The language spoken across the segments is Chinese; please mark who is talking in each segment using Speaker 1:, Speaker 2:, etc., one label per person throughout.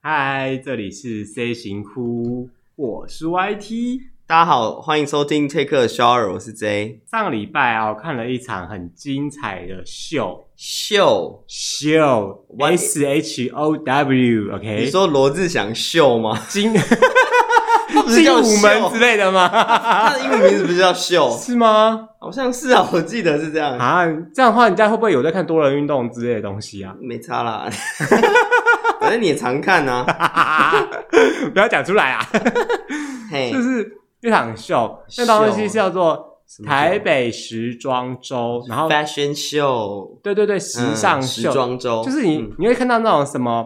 Speaker 1: 嗨，这里是 C 型哭，我是 YT。
Speaker 2: 大家好，欢迎收听 Take a Shower，我是 J
Speaker 1: 上礼拜啊，我看了一场很精彩的秀
Speaker 2: 秀。
Speaker 1: 秀
Speaker 2: What-
Speaker 1: S H O W，OK？、
Speaker 2: 哎你说罗志祥秀吗？
Speaker 1: 金
Speaker 2: 不是
Speaker 1: 精
Speaker 2: 叫
Speaker 1: 武门之
Speaker 2: 秀，
Speaker 1: 类的吗？，
Speaker 2: 他的英文名字不是叫秀
Speaker 1: 是吗？
Speaker 2: 好像是啊，我记得是这样。
Speaker 1: 啊，这样的话，人家会不会有在看多人运动之类的东 西啊？
Speaker 2: 没差啦，反正你也常看啊。
Speaker 1: 不要讲出来啊！
Speaker 2: 哎嘿
Speaker 1: 就，是一场秀，那场东西是叫做
Speaker 2: 什么叫
Speaker 1: 台北时装周，然后
Speaker 2: Fashion Show，
Speaker 1: 对对对，时尚
Speaker 2: 嗯时
Speaker 1: 秀，
Speaker 2: 装周，
Speaker 1: 就是你、
Speaker 2: 嗯
Speaker 1: 你会看到那种什么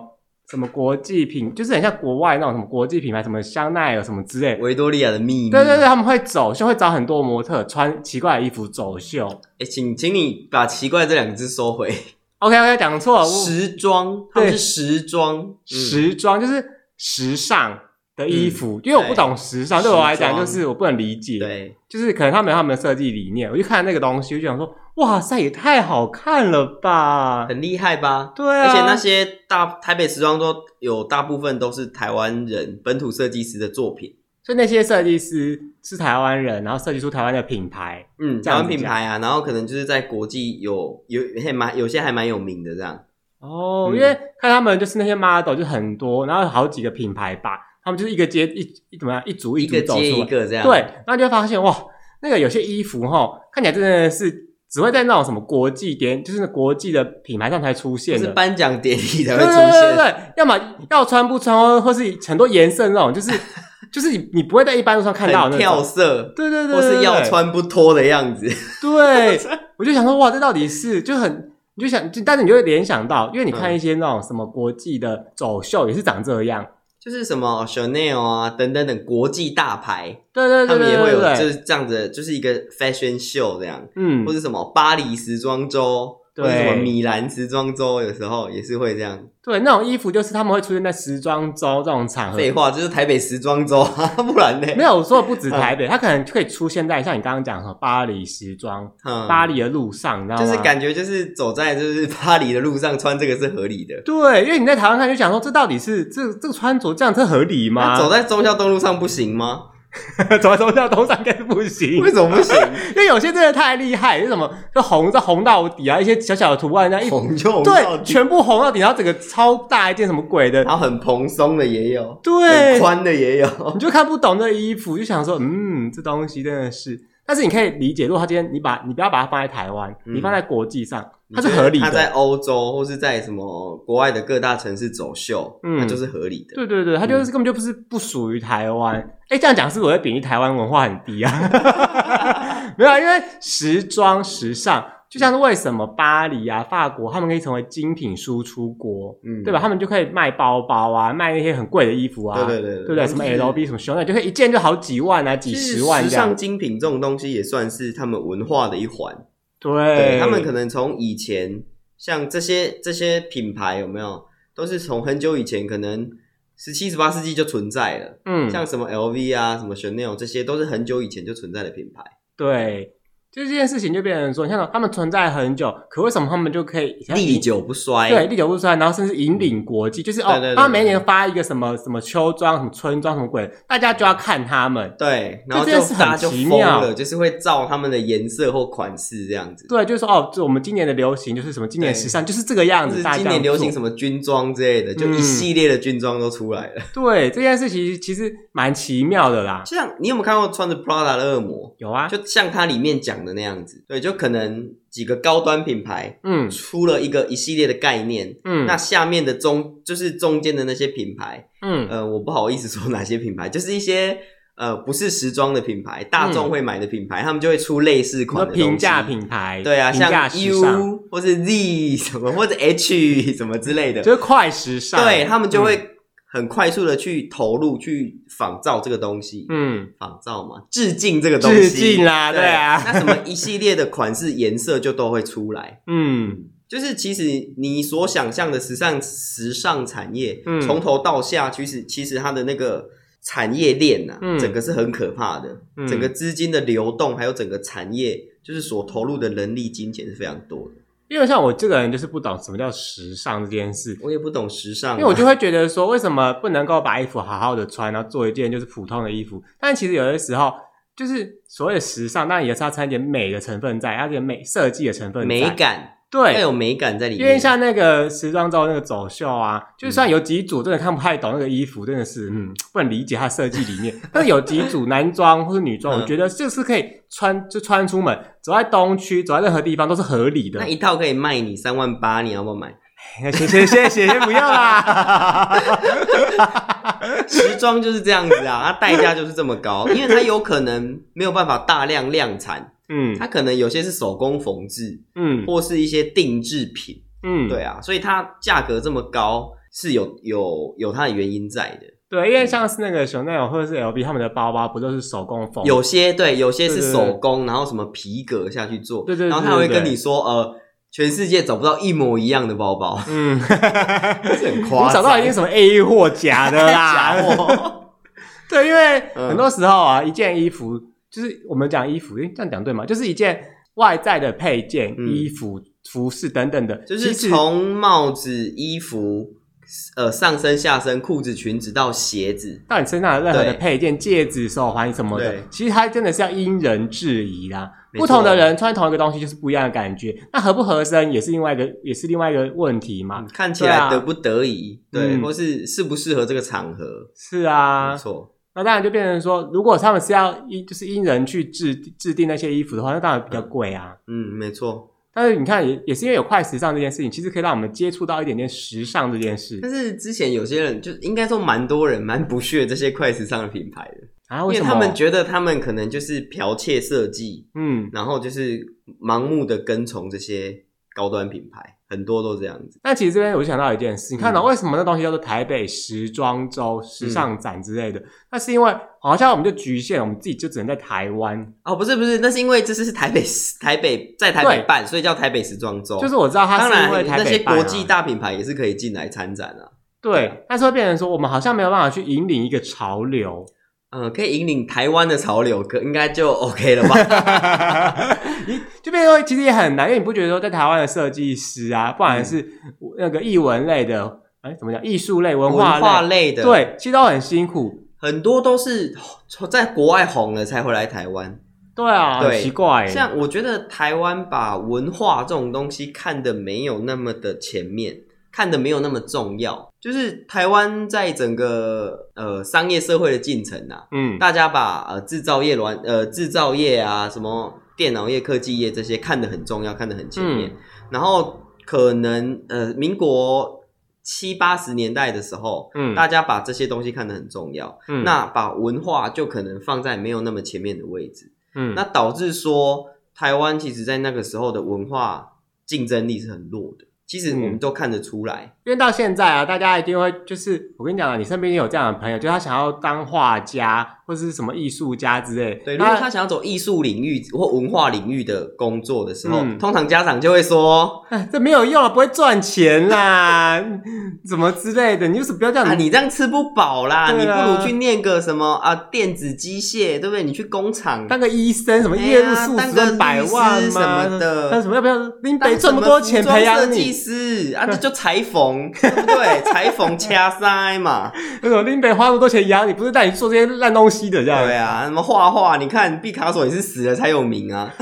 Speaker 1: 什么国际品，就是很像国外那种什么国际品牌，什么香奈儿什么之类的。
Speaker 2: 维多利亚的秘密。
Speaker 1: 对对对，他们会走秀，会找很多模特穿奇怪的衣服走秀。
Speaker 2: 哎，请请你把“奇怪”这两个字收回。
Speaker 1: OK OK，讲错了，哦我
Speaker 2: 时装，他们
Speaker 1: 对
Speaker 2: 是时装，嗯
Speaker 1: 时装就是时尚的衣服，因为我不懂时尚，对我来讲
Speaker 2: 时
Speaker 1: 就
Speaker 2: 装
Speaker 1: 是我不能理解。
Speaker 2: 对，
Speaker 1: 就是可能他们有他们的设计理念，我就看那个东西，我就想说，哇塞，也太好看了吧！
Speaker 2: 很厉害吧？
Speaker 1: 对啊，
Speaker 2: 而且那些大台北时装周有大部分都是台湾人本土设计师的作品，
Speaker 1: 所以那些设计师是台湾人，然后设计出台湾的品牌，
Speaker 2: 嗯，
Speaker 1: 这
Speaker 2: 台
Speaker 1: 样
Speaker 2: 湾品牌啊，然后可能就是在国际有有还蛮有些还蛮有名的这样，
Speaker 1: 哦，
Speaker 2: 嗯
Speaker 1: 因为看他们就是那些 model 就很多，然后有好几个品牌吧，他们就是一个接一一怎么样一组一
Speaker 2: 一
Speaker 1: 组
Speaker 2: 个
Speaker 1: 走
Speaker 2: 接
Speaker 1: 出
Speaker 2: 一
Speaker 1: 来，
Speaker 2: 个这样，
Speaker 1: 对，，然后就会发现哇，那个有些衣服哈，看起来真的是只会在那种什么国际点，就是那国际的品牌上才出现
Speaker 2: 是
Speaker 1: 的。
Speaker 2: 颁奖典礼才
Speaker 1: 对
Speaker 2: 会
Speaker 1: 对
Speaker 2: 出
Speaker 1: 对对
Speaker 2: 现，
Speaker 1: 对，要么要穿不穿，或或是很多颜色那种，就是 就是你你不会在一般路上看到的
Speaker 2: 很
Speaker 1: 那
Speaker 2: 跳
Speaker 1: 种。
Speaker 2: 色，
Speaker 1: 对对对，
Speaker 2: 或
Speaker 1: 对
Speaker 2: 是要。
Speaker 1: 对
Speaker 2: 穿不脱的样子，
Speaker 1: 对，我就想说，哇，这到底是就很，你就想，就但是你就会联想到，因为你看一些那种什么国际的走秀也是长这样，
Speaker 2: 就是什么 Chanel 啊等等等国际大牌，
Speaker 1: 对对
Speaker 2: 他
Speaker 1: 对
Speaker 2: 们
Speaker 1: 对
Speaker 2: 也会
Speaker 1: 对
Speaker 2: 有就
Speaker 1: 对，
Speaker 2: 是这样子的，就是一个 fashion show 这样。
Speaker 1: 嗯
Speaker 2: 或，是什么巴黎时装周，或者
Speaker 1: 对
Speaker 2: 什么米兰时装周，有时候也是会这样。
Speaker 1: 对，那种衣服就是他们会出现在时装周这种场合。
Speaker 2: 废话，就是台北时装周啊， 不然呢？
Speaker 1: 嗯没有，我说的不止台
Speaker 2: 嗯
Speaker 1: 北，它可能可以出现在像你刚刚讲的巴黎时装、
Speaker 2: 嗯
Speaker 1: 巴黎的路上，你知道吗？
Speaker 2: 就是感觉就是走在就是巴黎的路上穿这个是合理的，
Speaker 1: 对，因为你在台湾看就想说，这到底是这这个穿着这样这合理吗？
Speaker 2: 那走在忠孝东路上不行吗？
Speaker 1: 走在走在头上应该是不 行，
Speaker 2: 为什么不行？
Speaker 1: 因为有些真的太厉害，就什么就红就红到底啊，一些小小的图案这样一
Speaker 2: 红就红到
Speaker 1: 对，
Speaker 2: 底，
Speaker 1: 全部红到底，然后整个超大一件什么鬼的，
Speaker 2: 然后很蓬松的也有，很
Speaker 1: 对，
Speaker 2: 宽的也有，
Speaker 1: 你就看不懂这衣服，就想说，嗯，这东西真的是。但是你可以理解，如果他今天你把你不要把它放在台湾，
Speaker 2: 嗯
Speaker 1: 你放在国际上，它是合理
Speaker 2: 他
Speaker 1: 的。
Speaker 2: 在欧洲或是在什么国外的各大城市走秀，
Speaker 1: 嗯
Speaker 2: 那就是合理的。
Speaker 1: 对对对，它
Speaker 2: 嗯
Speaker 1: 就是根本就不是不属于台湾。哎、这样讲是不是我在贬义台湾文化很低啊？ 没有啊，因为时装时尚，就像是为什么巴黎啊、法国他们可以成为精品输出国，
Speaker 2: 嗯
Speaker 1: 对吧？？他们就可以卖包包啊，卖那些很贵的衣服啊，
Speaker 2: 对对对对
Speaker 1: 对不对？什么
Speaker 2: 他们就是
Speaker 1: LV 什么熊奈，就可以一件就好几万啊，几
Speaker 2: 其实
Speaker 1: 十万
Speaker 2: 时
Speaker 1: 这样
Speaker 2: 尚。精品这种东西也算是他们文化的一环。
Speaker 1: 对
Speaker 2: 对他们可能从以前，像这些这些品牌有没有，都是从很久以前，可能十七、十八世纪就存在了。
Speaker 1: 嗯，
Speaker 2: 像什么 LV 啊、什么 Chanel 这些，都是很久以前就存在的品牌，
Speaker 1: 对，就这件事情就变成说，像他们存在很久，可为什么他们就可以
Speaker 2: 历？久不衰。
Speaker 1: 哎对，历久不衰，然后甚至引领国际，就是哦
Speaker 2: 对对，对
Speaker 1: 他们每年发一个什么什么秋装、什么春装、什么鬼，大家就要看他们。
Speaker 2: 对然后
Speaker 1: 这
Speaker 2: 就
Speaker 1: 件事很
Speaker 2: 大家就
Speaker 1: 奇
Speaker 2: 疯
Speaker 1: 妙
Speaker 2: 了，就是会照他们的颜色或款式这样子。
Speaker 1: 对，就是说哦，就我们今年的流行就是什么，今年
Speaker 2: 对
Speaker 1: 时尚就是这个样
Speaker 2: 就
Speaker 1: 子，
Speaker 2: 是
Speaker 1: 大家
Speaker 2: 今年流行什
Speaker 1: 么？
Speaker 2: 么军装之类的，就一
Speaker 1: 嗯
Speaker 2: 系列的军装都出来了。
Speaker 1: 对，这件事情其实蛮奇妙的啦。
Speaker 2: 就像你有没有看过穿着 Prada 的恶魔？
Speaker 1: 有啊，
Speaker 2: 就像它里面讲的那样子，对，就可能几个高端品牌
Speaker 1: 嗯
Speaker 2: 出了一个一系列的概念，
Speaker 1: 嗯，
Speaker 2: 那下面的中就是中间的那些品牌，
Speaker 1: 嗯
Speaker 2: 呃，我不好意思说哪些品牌，就是一些呃不是时装的品牌，大众会买的品牌，他们就会出类似
Speaker 1: 嗯你说
Speaker 2: 款的
Speaker 1: 平价
Speaker 2: 东西。
Speaker 1: 品牌，
Speaker 2: 对啊，
Speaker 1: 平价
Speaker 2: 像
Speaker 1: 时尚，
Speaker 2: U 或是 Z 什么或者 H 什么之类 的，
Speaker 1: 就是嗯快时尚，
Speaker 2: 对他们就会很快速的去投入、去仿造这个东西。
Speaker 1: 嗯，
Speaker 2: 仿造嘛，致敬这个东西，
Speaker 1: 致敬啦对啊
Speaker 2: 那什么一系列的款式、颜色就都会出来。
Speaker 1: 嗯
Speaker 2: 就是其实你所想象的时尚时尚产业，
Speaker 1: 嗯
Speaker 2: 从头到下，其实其实它的那个产业链呐、
Speaker 1: 嗯
Speaker 2: 整个是很可怕的，
Speaker 1: 嗯
Speaker 2: 整个资金的流动，还有整个产业，就是所投入的人力、金钱是非常多的。
Speaker 1: 因因为像我这个人就是不懂什么叫时尚这件事，
Speaker 2: 我也不懂时尚啊，
Speaker 1: 因为我就会觉得说，为什么不能够把衣服好好的穿，然后做一件就是普通的衣服？但其实有些时候，就是所谓的时尚，当然也是要掺一点美的成分在，要有点美设计的成分在。
Speaker 2: 美感要
Speaker 1: 对，
Speaker 2: 有美感在里
Speaker 1: 因为
Speaker 2: 面。
Speaker 1: 像那个时装周那个走秀啊，就算有几组真的看不太懂那个衣服，真的是嗯不能理解它设计理 念。但是有几组男装或是女装，
Speaker 2: 嗯
Speaker 1: 我觉得这是可以穿就穿出门，走在东区，走在任何地方都是合理的
Speaker 2: 那。一套可以卖你三万八，你要不 要买？
Speaker 1: 谢谢谢谢谢，不要 啦。
Speaker 2: 时装就是这样子啊，它代价就是这么高，因为它有可能没有办法大量量产，
Speaker 1: 嗯
Speaker 2: 它可能有些是手工缝制
Speaker 1: 嗯
Speaker 2: 或是一些定制品，
Speaker 1: 嗯，
Speaker 2: 对啊，所以它价格这么高是有有有它的原因在的。
Speaker 1: 对，因为像是那个 Chanel 或者是 LV 他们的包包，不都是手工缝？
Speaker 2: 有些对，有些
Speaker 1: 对
Speaker 2: 是
Speaker 1: 对
Speaker 2: 手工，然后什么皮革下去做，
Speaker 1: 对对对
Speaker 2: 然后他会
Speaker 1: 对对
Speaker 2: 跟你说，呃，全世界找不到一模一样的包 包，
Speaker 1: 嗯，
Speaker 2: 这很
Speaker 1: 我
Speaker 2: 夸
Speaker 1: 找
Speaker 2: 张，
Speaker 1: 到一定什么 A 货假的啦，
Speaker 2: 假货，
Speaker 1: 对，因为
Speaker 2: 嗯
Speaker 1: 很多时候啊，一件衣服就是我们讲衣服，诶这样讲对吗？就是一件外在的配件、
Speaker 2: 嗯
Speaker 1: 衣服、服饰等等的，
Speaker 2: 就是
Speaker 1: 其实
Speaker 2: 从帽子、衣服，呃，上身、下身、裤子、裙子到鞋子，
Speaker 1: 到你身上的任何的
Speaker 2: 对
Speaker 1: 配件、戒指、手环什么的
Speaker 2: 对，
Speaker 1: 其实它真的是要因人制宜啦。
Speaker 2: 没
Speaker 1: 不
Speaker 2: 错
Speaker 1: 同的人穿同一个东西就是不一样的感觉，那合不合身也是另外一个，也是另外一个问题嘛。
Speaker 2: 看起
Speaker 1: 对啊
Speaker 2: 来得不得已，对，
Speaker 1: 嗯
Speaker 2: 或是适不适合这个场合，
Speaker 1: 是啊
Speaker 2: 没，错，
Speaker 1: 那当然就变成说，如果他们是要因就是因人去制制定那些衣服的话，那当然比较贵啊。
Speaker 2: 嗯，没错。
Speaker 1: 但是你看也，也是因为有快时尚这件事情，其实可以让我们接触到一点点时尚这件事
Speaker 2: 但是之前有些人就应该说蛮多人蛮不屑这些快时尚的品牌的，
Speaker 1: 啊。
Speaker 2: 因
Speaker 1: 为
Speaker 2: 为
Speaker 1: 什么？
Speaker 2: 他们觉得他们可能就是剽窃设计，
Speaker 1: 嗯，
Speaker 2: 然后就是盲目的跟从这些高端品牌，很多都这样子。
Speaker 1: 那其实这边我就想到一件事，你看到、
Speaker 2: 嗯
Speaker 1: 为什么那东西叫做台北时装周、时尚展之类的？那是因为好像我们就局限，我们自己就只能在台湾。
Speaker 2: 哦，不是不是，那是因为这是台北台北在台北
Speaker 1: 对
Speaker 2: 办，所以叫台北时装周。
Speaker 1: 就是我知道它
Speaker 2: 当
Speaker 1: 是因为
Speaker 2: 然，
Speaker 1: 台
Speaker 2: 那
Speaker 1: 北
Speaker 2: 些
Speaker 1: 办啊、
Speaker 2: 国际大品牌也是可以进来参展啊。
Speaker 1: 对，但是会变成说，我们好像没有办法去引领一个潮 流。
Speaker 2: 呃，可以引领台湾的潮流，可应该就 OK 了吧？
Speaker 1: 你就变成说，其实也很难，因为你不觉得说，在台湾的设计师啊，不
Speaker 2: 嗯
Speaker 1: 管是那个艺文类的，哎、怎么讲，艺术 类、文
Speaker 2: 文
Speaker 1: 化类，
Speaker 2: 化类的，，
Speaker 1: 对，其实都很辛苦。
Speaker 2: 很多都是在国外红了才回来台湾。
Speaker 1: 对啊，
Speaker 2: 对
Speaker 1: 很奇怪欸，
Speaker 2: 像我觉得台湾把文化这种东西看得没有那么的前面，看得没有那么重要。就是台湾在整个呃商业社会的进程啊，
Speaker 1: 嗯，
Speaker 2: 大家把呃制造业软呃制造业啊，什么电脑业、科技业这些看得很重要，看得很前面。
Speaker 1: 嗯
Speaker 2: 然后可能呃，民国七八十年代的时候，
Speaker 1: 嗯
Speaker 2: 大家把这些东西看得很重要，
Speaker 1: 嗯
Speaker 2: 那把文化就可能放在没有那么前面的位置，
Speaker 1: 嗯
Speaker 2: 那导致说台湾其实在那个时候的文化竞争力是很弱的。其实我们都看得出来，
Speaker 1: 因为到现在啊，大家一定会就是，我跟你讲啊，你身边一定有这样的朋友，就是他想要当画家或是什么艺术家之类，
Speaker 2: 对，如
Speaker 1: 那
Speaker 2: 果他想要走艺术领域或文化领域的工作的时候，
Speaker 1: 嗯
Speaker 2: 通常家长就会说：“
Speaker 1: 哎 这没有用啊，不会赚钱啦， 怎么之类的，你就是不要这样，
Speaker 2: 啊，你这样吃不饱啦，
Speaker 1: 嗯对
Speaker 2: 你
Speaker 1: 啊
Speaker 2: 不如去念个什么啊，电子机械，对不对？你去工厂
Speaker 1: 当个医生什么
Speaker 2: 哎呀
Speaker 1: 月入数
Speaker 2: 当
Speaker 1: 十
Speaker 2: 个
Speaker 1: 万、百万
Speaker 2: 律师
Speaker 1: 嘛
Speaker 2: 什么的
Speaker 1: 那什么要不要？林
Speaker 2: 当
Speaker 1: 北这么
Speaker 2: 什
Speaker 1: 多钱培
Speaker 2: 服
Speaker 1: 养
Speaker 2: 装设计
Speaker 1: 你，
Speaker 2: 师啊，这就裁缝， 对 不对？裁缝掐腮嘛，
Speaker 1: 那种林北花那么多钱养你，不是带你做这些烂东西的这样？
Speaker 2: 对啊，什么画画，你看毕卡索也是死了才有名啊，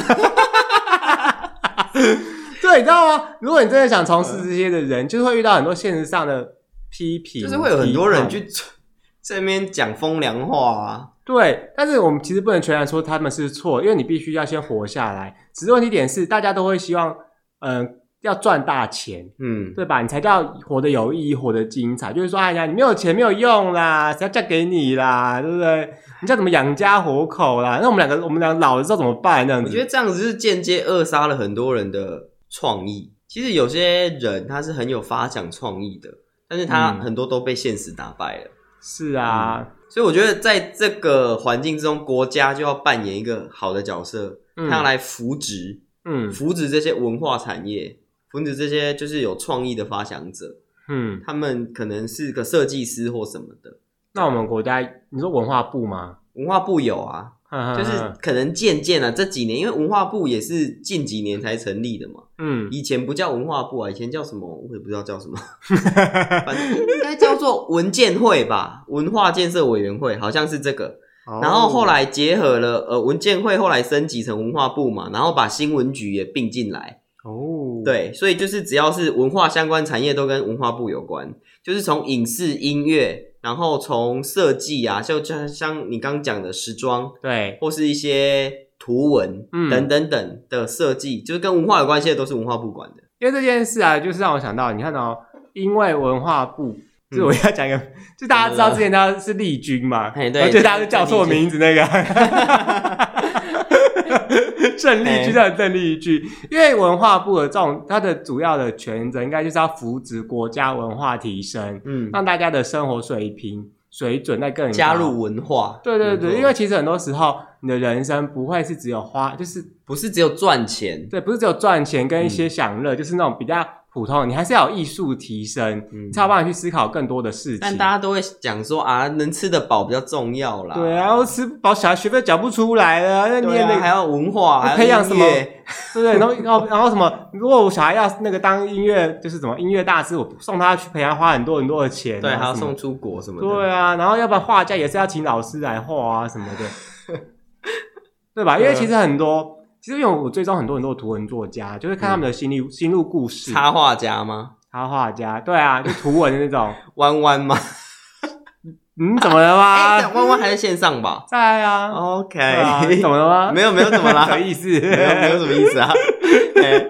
Speaker 1: 对，你知道吗？如果你真的想从事这些的人，就是会遇到很多现实上的批评，
Speaker 2: 就是会有很多人
Speaker 1: 批判
Speaker 2: 去 这边讲风凉话啊，
Speaker 1: 对，但是我们其实不能全然说他们是错，因为你必须要先活下来。只是问题点是，大家都会希望，嗯、要赚大钱，
Speaker 2: 嗯，
Speaker 1: 对吧？你才叫活得有意义，活得精彩。就是说，哎呀，你没有钱没有用啦，谁要嫁给你啦，对不对？你叫怎么养家活口啦？那我们两个，我们俩老了之后怎么办？这样
Speaker 2: 我
Speaker 1: 子，
Speaker 2: 觉得这样子是间接扼杀了很多人的创意。其实有些人他是很有发想创意的，但是他
Speaker 1: 嗯
Speaker 2: 很多都被现实打败了。
Speaker 1: 是啊，
Speaker 2: 所以我觉得在这个环境之中，国家就要扮演一个好的角色，
Speaker 1: 嗯
Speaker 2: 它要来扶植、
Speaker 1: 嗯
Speaker 2: 扶植这些文化产业，扶植这些就是有创意的发想者，
Speaker 1: 嗯。
Speaker 2: 他们可能是个设计师或什么的。
Speaker 1: 那我们国家，你说文化部吗？
Speaker 2: 文化部有啊，
Speaker 1: 就嗯
Speaker 2: 就是可能渐渐啊，这几年因为文化部也是近几年才成立的嘛，
Speaker 1: 嗯，
Speaker 2: 以前不叫文化部啊，以前叫什么？我也不知道叫什么，反正应该叫做文建会吧，文化建设委员会，好像是这个。然后后来结合了呃文建会，后来升级成文化部嘛，然后把新闻局也并进来。
Speaker 1: 哦，，
Speaker 2: 对，所以就是只要是文化相关产业都跟文化部有关，就是从影视、音乐，然后从设计啊，就像像你刚讲的时装，
Speaker 1: 对，
Speaker 2: 或是一些图文、
Speaker 1: 嗯
Speaker 2: 等等等的设计，就是跟文化有关系的都是文化部管的。
Speaker 1: 因为这件事啊，就是让我想到，你看哦，因为文化部，就
Speaker 2: 嗯
Speaker 1: 是我要讲一个，就大家知道之前他是丽君嘛，
Speaker 2: 嘿嗯哎对
Speaker 1: 然后就大家都叫错名字那个。郑丽
Speaker 2: 嘿
Speaker 1: 君，叫郑丽君，因为文化部的这种它的主要的权责，应该就是要扶植国家文化提升，
Speaker 2: 嗯，
Speaker 1: 让大家的生活水平水准再更高
Speaker 2: 加入文化，
Speaker 1: 对对
Speaker 2: 没错
Speaker 1: 对，因为其实很多时候你的人生不会是只有花，就是
Speaker 2: 不是只有赚钱，
Speaker 1: 对，不是只有赚钱跟一些
Speaker 2: 嗯
Speaker 1: 享乐，就是那种比较普通的，你还是要有艺术提升，
Speaker 2: 嗯
Speaker 1: 你才有办法去思考更多的事情。
Speaker 2: 但大家都会讲说啊，能吃得饱比较重要啦。
Speaker 1: 对啊，然后吃不饱，小孩学费缴不出来了，那你
Speaker 2: 对
Speaker 1: 也
Speaker 2: 啊，
Speaker 1: 得、
Speaker 2: 还要文化，还要
Speaker 1: 培养什么
Speaker 2: 音乐
Speaker 1: 对不对？然后然后然后什么？如果我小孩要那个当音乐，就是什么音乐大师，我送他去培养，花很多很多的钱、啊，
Speaker 2: 对，还要
Speaker 1: 什么
Speaker 2: 送。出国什么的。
Speaker 1: 对啊，然后要不然画家也是要请老师来画啊什么的， 对吧？因
Speaker 2: 啊
Speaker 1: 为其实很多，其实因为我追踪很多很多图文作家，就会看他们的心
Speaker 2: 嗯
Speaker 1: 路、心路故事，啊
Speaker 2: 插画家吗？
Speaker 1: 插画家，对啊，就图文的那种。
Speaker 2: 弯弯吗？
Speaker 1: 嗯，怎么了
Speaker 2: 哎，
Speaker 1: 吗？
Speaker 2: 弯弯还在线上吧
Speaker 1: 在啊，
Speaker 2: ？OK，
Speaker 1: 对啊怎么了吗？
Speaker 2: 哎 没有没有怎么 啦
Speaker 1: 什么意思？
Speaker 2: 没有没有什么意思 啊。哎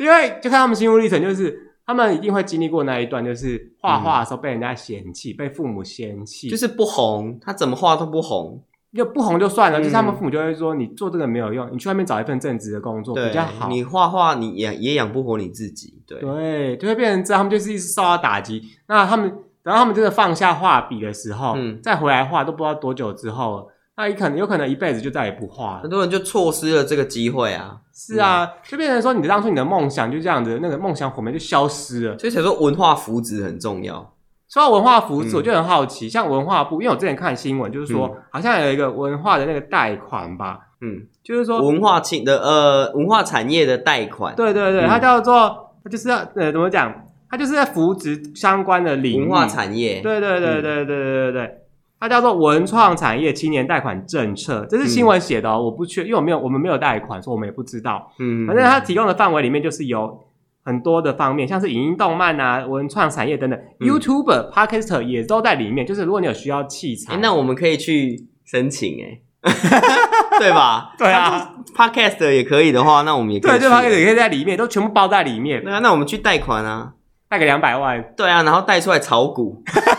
Speaker 1: 因为就看他们心路历程，就是他们一定会经历过那一段，就是画画的时候被人家嫌弃，被父母嫌弃，
Speaker 2: 嗯就是不红，他怎么画都不红。
Speaker 1: 就不红就算了，
Speaker 2: 嗯
Speaker 1: 就是他们父母就会说你做这个没有用，你去外面找一份正职的工作
Speaker 2: 对
Speaker 1: 比较好，。
Speaker 2: 你画画你也也养不活你自己。对，
Speaker 1: 对，就会变成这样，他们就是一直受到打击。那他们，然后他们真的放下画笔的时候，
Speaker 2: 嗯
Speaker 1: 再回来画都不知道多久之后了，那也可能有可能一辈子就再也不画了
Speaker 2: 很。多人就错失了这个机会啊，
Speaker 1: 是啊，就变成说你的当初你的梦想就这样子，那个梦想火苗就消失了。
Speaker 2: 所以才说文化福祉很重要。
Speaker 1: 说到文化福祉，
Speaker 2: 嗯
Speaker 1: 我就很好奇，像文化部，因为我之前看新闻，就是说、好像有一个文化的那个贷款吧，
Speaker 2: 嗯，
Speaker 1: 就是说，
Speaker 2: 文化亲的呃文化产业的贷款，
Speaker 1: 对对对，
Speaker 2: 嗯
Speaker 1: 它叫做，它就是要呃怎么讲，它就是在扶植相关的领域，
Speaker 2: 文化产业，嗯
Speaker 1: 对对对对对对对对。它叫做文创产业青年贷款政策，
Speaker 2: 嗯
Speaker 1: 这是新闻写的、哦，我不确，因为我没有，我们没有贷款，所以我们也不知道。
Speaker 2: 嗯，
Speaker 1: 反正它提供的范围里面就是有很多的方面，像是影音、动漫啊、文创产业等等、
Speaker 2: 嗯
Speaker 1: y o u t u b e r Podcaster 也都在里面。就是如果你有需要器材，
Speaker 2: 哎、那我们可以去申请哎、 对吧？
Speaker 1: 对啊，
Speaker 2: ，Podcast 也可以的话，那我们也可以
Speaker 1: 对，
Speaker 2: 去啊
Speaker 1: 对 p o d c a 也可以在里面，都全部包在里面，
Speaker 2: 那那我们去贷款啊，
Speaker 1: 贷个两百 万，
Speaker 2: 对啊，然后贷出来炒股，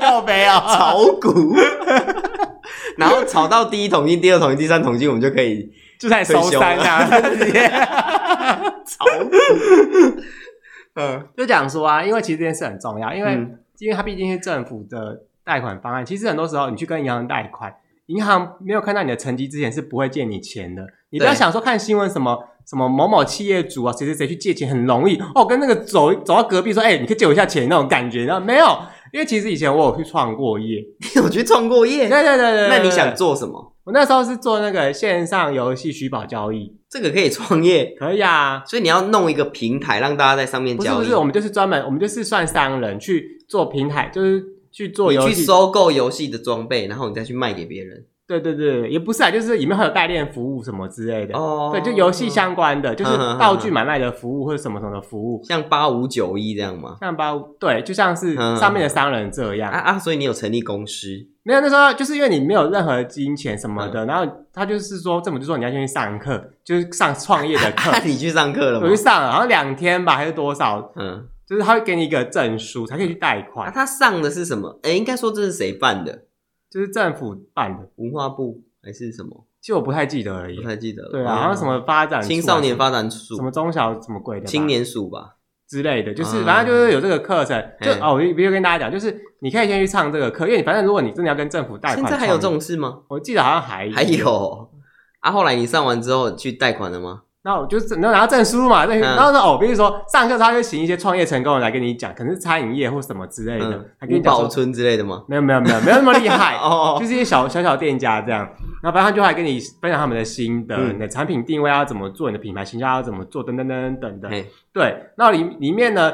Speaker 1: 够没有？
Speaker 2: 炒股， 然后炒到第一桶金、第二桶金、第三桶金，我们就可以
Speaker 1: 就在收山 啊， 直接。
Speaker 2: 炒股。 嗯，
Speaker 1: 就讲说啊，因为其实这件事很重要，因为、
Speaker 2: 嗯
Speaker 1: 因为它毕竟是政府的贷款方案，其实很多时候你去跟银行贷款，银行没有看到你的成绩之前是不会借你钱的。你不要
Speaker 2: 对
Speaker 1: 想说看新闻什么什么某某企业主啊，谁谁谁去借钱很容易哦，跟那个走走到隔壁说，哎、你可以借我一下钱那种感觉，然后没有，因为其实以前我有去创过业，
Speaker 2: 你有去创过业
Speaker 1: 对？对对对对
Speaker 2: 哎那你
Speaker 1: 对
Speaker 2: 想
Speaker 1: 对
Speaker 2: 做什么？
Speaker 1: 我那时候是做那个线上游戏虚宝交易，
Speaker 2: 这个可以创业，
Speaker 1: 可以啊，
Speaker 2: 所以你要弄一个平台，让大家在上面
Speaker 1: 不是
Speaker 2: 交易。
Speaker 1: 不是，我们就是专门我们就是算商人去做平台，就是去做游
Speaker 2: 你去
Speaker 1: 戏
Speaker 2: 收购游戏的装备，然后你再去卖给别人。
Speaker 1: 对对对，也不是啊，就是里面还有代练服务什么之类的。
Speaker 2: 哦，
Speaker 1: 对，就游戏相关的，就是
Speaker 2: 嗯嗯嗯
Speaker 1: 道具买卖的服务或者什么什么的服务，
Speaker 2: 像八五九一这样吗？
Speaker 1: 像包对，就像是
Speaker 2: 嗯嗯
Speaker 1: 上面的商人这
Speaker 2: 啊
Speaker 1: 样。
Speaker 2: 啊，所以你有成立 公司，
Speaker 1: 没有那时候就是因为你没有任何金钱什么
Speaker 2: 嗯
Speaker 1: 的，然后他就是说政府就说你要先去上课，就是上创业的课
Speaker 2: 啊，。你去上课了
Speaker 1: 我
Speaker 2: 吗
Speaker 1: 去？上了，好像两天吧，还是多少？
Speaker 2: 嗯，
Speaker 1: 就是他会给你一个证书，才可以去贷
Speaker 2: 啊，
Speaker 1: 款，
Speaker 2: 他上的是什么？哎，应该说这是谁办的？
Speaker 1: 就是政府办的。
Speaker 2: 文化部还是什么？
Speaker 1: 其实我不太记得而
Speaker 2: 不
Speaker 1: 已。
Speaker 2: 太记得了。
Speaker 1: 对
Speaker 2: 哦
Speaker 1: 啊，好像什么发展处啊
Speaker 2: 青少年发展
Speaker 1: 什
Speaker 2: 署
Speaker 1: 么、中小什么鬼的吧
Speaker 2: 青年署吧？
Speaker 1: 之类的，就是
Speaker 2: 嗯
Speaker 1: 反正就是有这个课程，就
Speaker 2: 嗯
Speaker 1: 哦，我就比如跟大家讲，就是你可以先去上这个课，因为你反正如果你真的要跟政府贷
Speaker 2: 现
Speaker 1: 款，
Speaker 2: 在还有这，种事吗？
Speaker 1: 我记得好像还
Speaker 2: 还，有啊，后来你上完之后去贷款了吗？
Speaker 1: 然后我就是能拿到证书嘛，对，
Speaker 2: 嗯
Speaker 1: 然后呢，哦，比如说上课他会请一些创业成功人来跟你讲，可能是餐饮业或什么之类的
Speaker 2: 嗯，
Speaker 1: 还，跟
Speaker 2: 五
Speaker 1: 你讲
Speaker 2: 宝
Speaker 1: 说
Speaker 2: 村之类的吗？
Speaker 1: 没有没有没有没有那么厉害，
Speaker 2: 哦，
Speaker 1: 就是一些小小小店家这样，那反正他就会来跟你分享他们的心得，
Speaker 2: 嗯
Speaker 1: 你的产品定位要怎么做，你的品牌形象要怎么做，等等等等等等。
Speaker 2: 嘿
Speaker 1: 对，那里里面呢，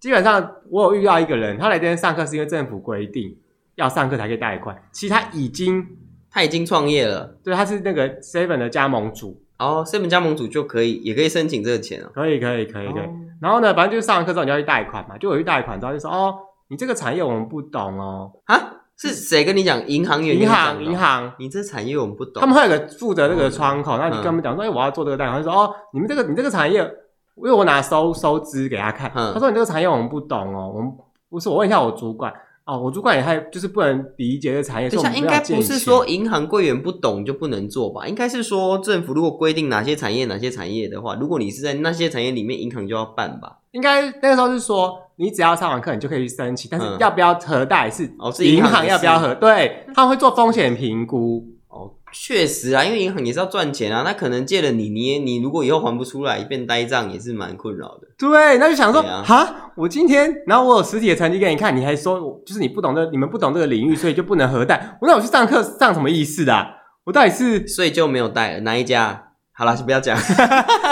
Speaker 1: 基本上我有遇到一个人，他来这边上课是因为政府规定要上课才可以贷款，其实他已经
Speaker 2: 他已经创业了，
Speaker 1: 对他是那个 Seven 的加盟主，
Speaker 2: 哦，seven 加盟主就可以，也可以申请这个钱哦。
Speaker 1: 可以可以可以可以。
Speaker 2: 哦
Speaker 1: 然后呢，反正就是上完课之后你要去贷款嘛，就我去贷款之后就说哦，你这个产业我们不懂哦，
Speaker 2: 啊，是谁跟你讲？银行员跟你
Speaker 1: 银
Speaker 2: 讲
Speaker 1: 行
Speaker 2: 的哦
Speaker 1: 银，行。
Speaker 2: 你这产业我们不懂。
Speaker 1: 他们会有个负责那个窗口，那你
Speaker 2: 嗯
Speaker 1: 跟他们讲说，哎，我要做这个贷款，他就说哦，你们这个你这个产业，因为我拿收收支给他看，
Speaker 2: 嗯
Speaker 1: 他说你这个产业我们不懂哦，我们不是，我问一下我主管哦，我主管也还就是不能理解这个产业，
Speaker 2: 等一
Speaker 1: 所
Speaker 2: 下，
Speaker 1: 以我
Speaker 2: 应
Speaker 1: 们没有
Speaker 2: 该不
Speaker 1: 见解
Speaker 2: 是说银行柜员不懂就不能做吧？应该是说政府如果规定哪些产业哪些产业的话，如果你是在那些产业里面，银行就要办吧？
Speaker 1: 应该那个时候是说，你只要上完课，你就可以去申请，但是
Speaker 2: 嗯
Speaker 1: 要不要核贷是
Speaker 2: 哦是银
Speaker 1: 银
Speaker 2: 行的
Speaker 1: 行要不要核，对，他们会做风险评估，
Speaker 2: 哦，确实啊，因为银行也是要赚钱啊，那可能借了你，你也你如果以后还不出来，变呆账也是蛮困扰的。
Speaker 1: 对，那就想说
Speaker 2: 对啊
Speaker 1: 哈、我今天，然后我有实体的成绩给你看，你还说我就是你不懂这，你们不懂这个领 域，所以就不能核贷。我那我去上课上什么意思的啊、我到底 是
Speaker 2: 所以就没有贷了。哪一家？好啦，先不 要讲。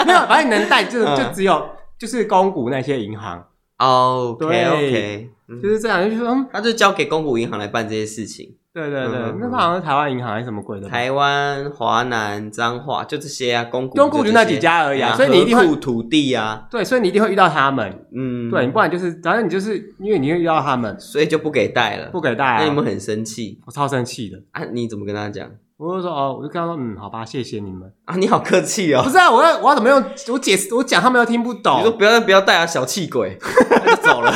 Speaker 1: 没有，反正能贷就
Speaker 2: 嗯
Speaker 1: 就只有就是公股那些银行，
Speaker 2: 哦 OK
Speaker 1: 对
Speaker 2: OK，、嗯
Speaker 1: 就是这样，就说嗯，
Speaker 2: 他就交给公股银行来办这些事情。
Speaker 1: 对对对，
Speaker 2: 嗯
Speaker 1: 那个好像是台湾银行还是什么鬼的吧，
Speaker 2: 台湾、华南、彰化就这些啊，公股
Speaker 1: 公股
Speaker 2: 就
Speaker 1: 就
Speaker 2: 这
Speaker 1: 那
Speaker 2: 些
Speaker 1: 几家而已啊，
Speaker 2: 啊
Speaker 1: 所以你一定
Speaker 2: 合
Speaker 1: 会
Speaker 2: 库土地啊，
Speaker 1: 对，所以你一定会遇到他们，
Speaker 2: 嗯，
Speaker 1: 对，你不然就是反正你就是因为你会遇到他们
Speaker 2: 所以就不给贷了。
Speaker 1: 不给贷、啊，
Speaker 2: 那哎你们很生气
Speaker 1: 我超生气的，
Speaker 2: 啊？你怎么跟他讲
Speaker 1: 我就说哦，我就跟他说嗯，好吧，谢谢你们。
Speaker 2: 啊？你好客气哦
Speaker 1: 不，是啊，我要我要怎么用？我解释我讲他们又听 不
Speaker 2: 你说
Speaker 1: 懂，
Speaker 2: 不要不要贷啊，小气鬼， 他就走了，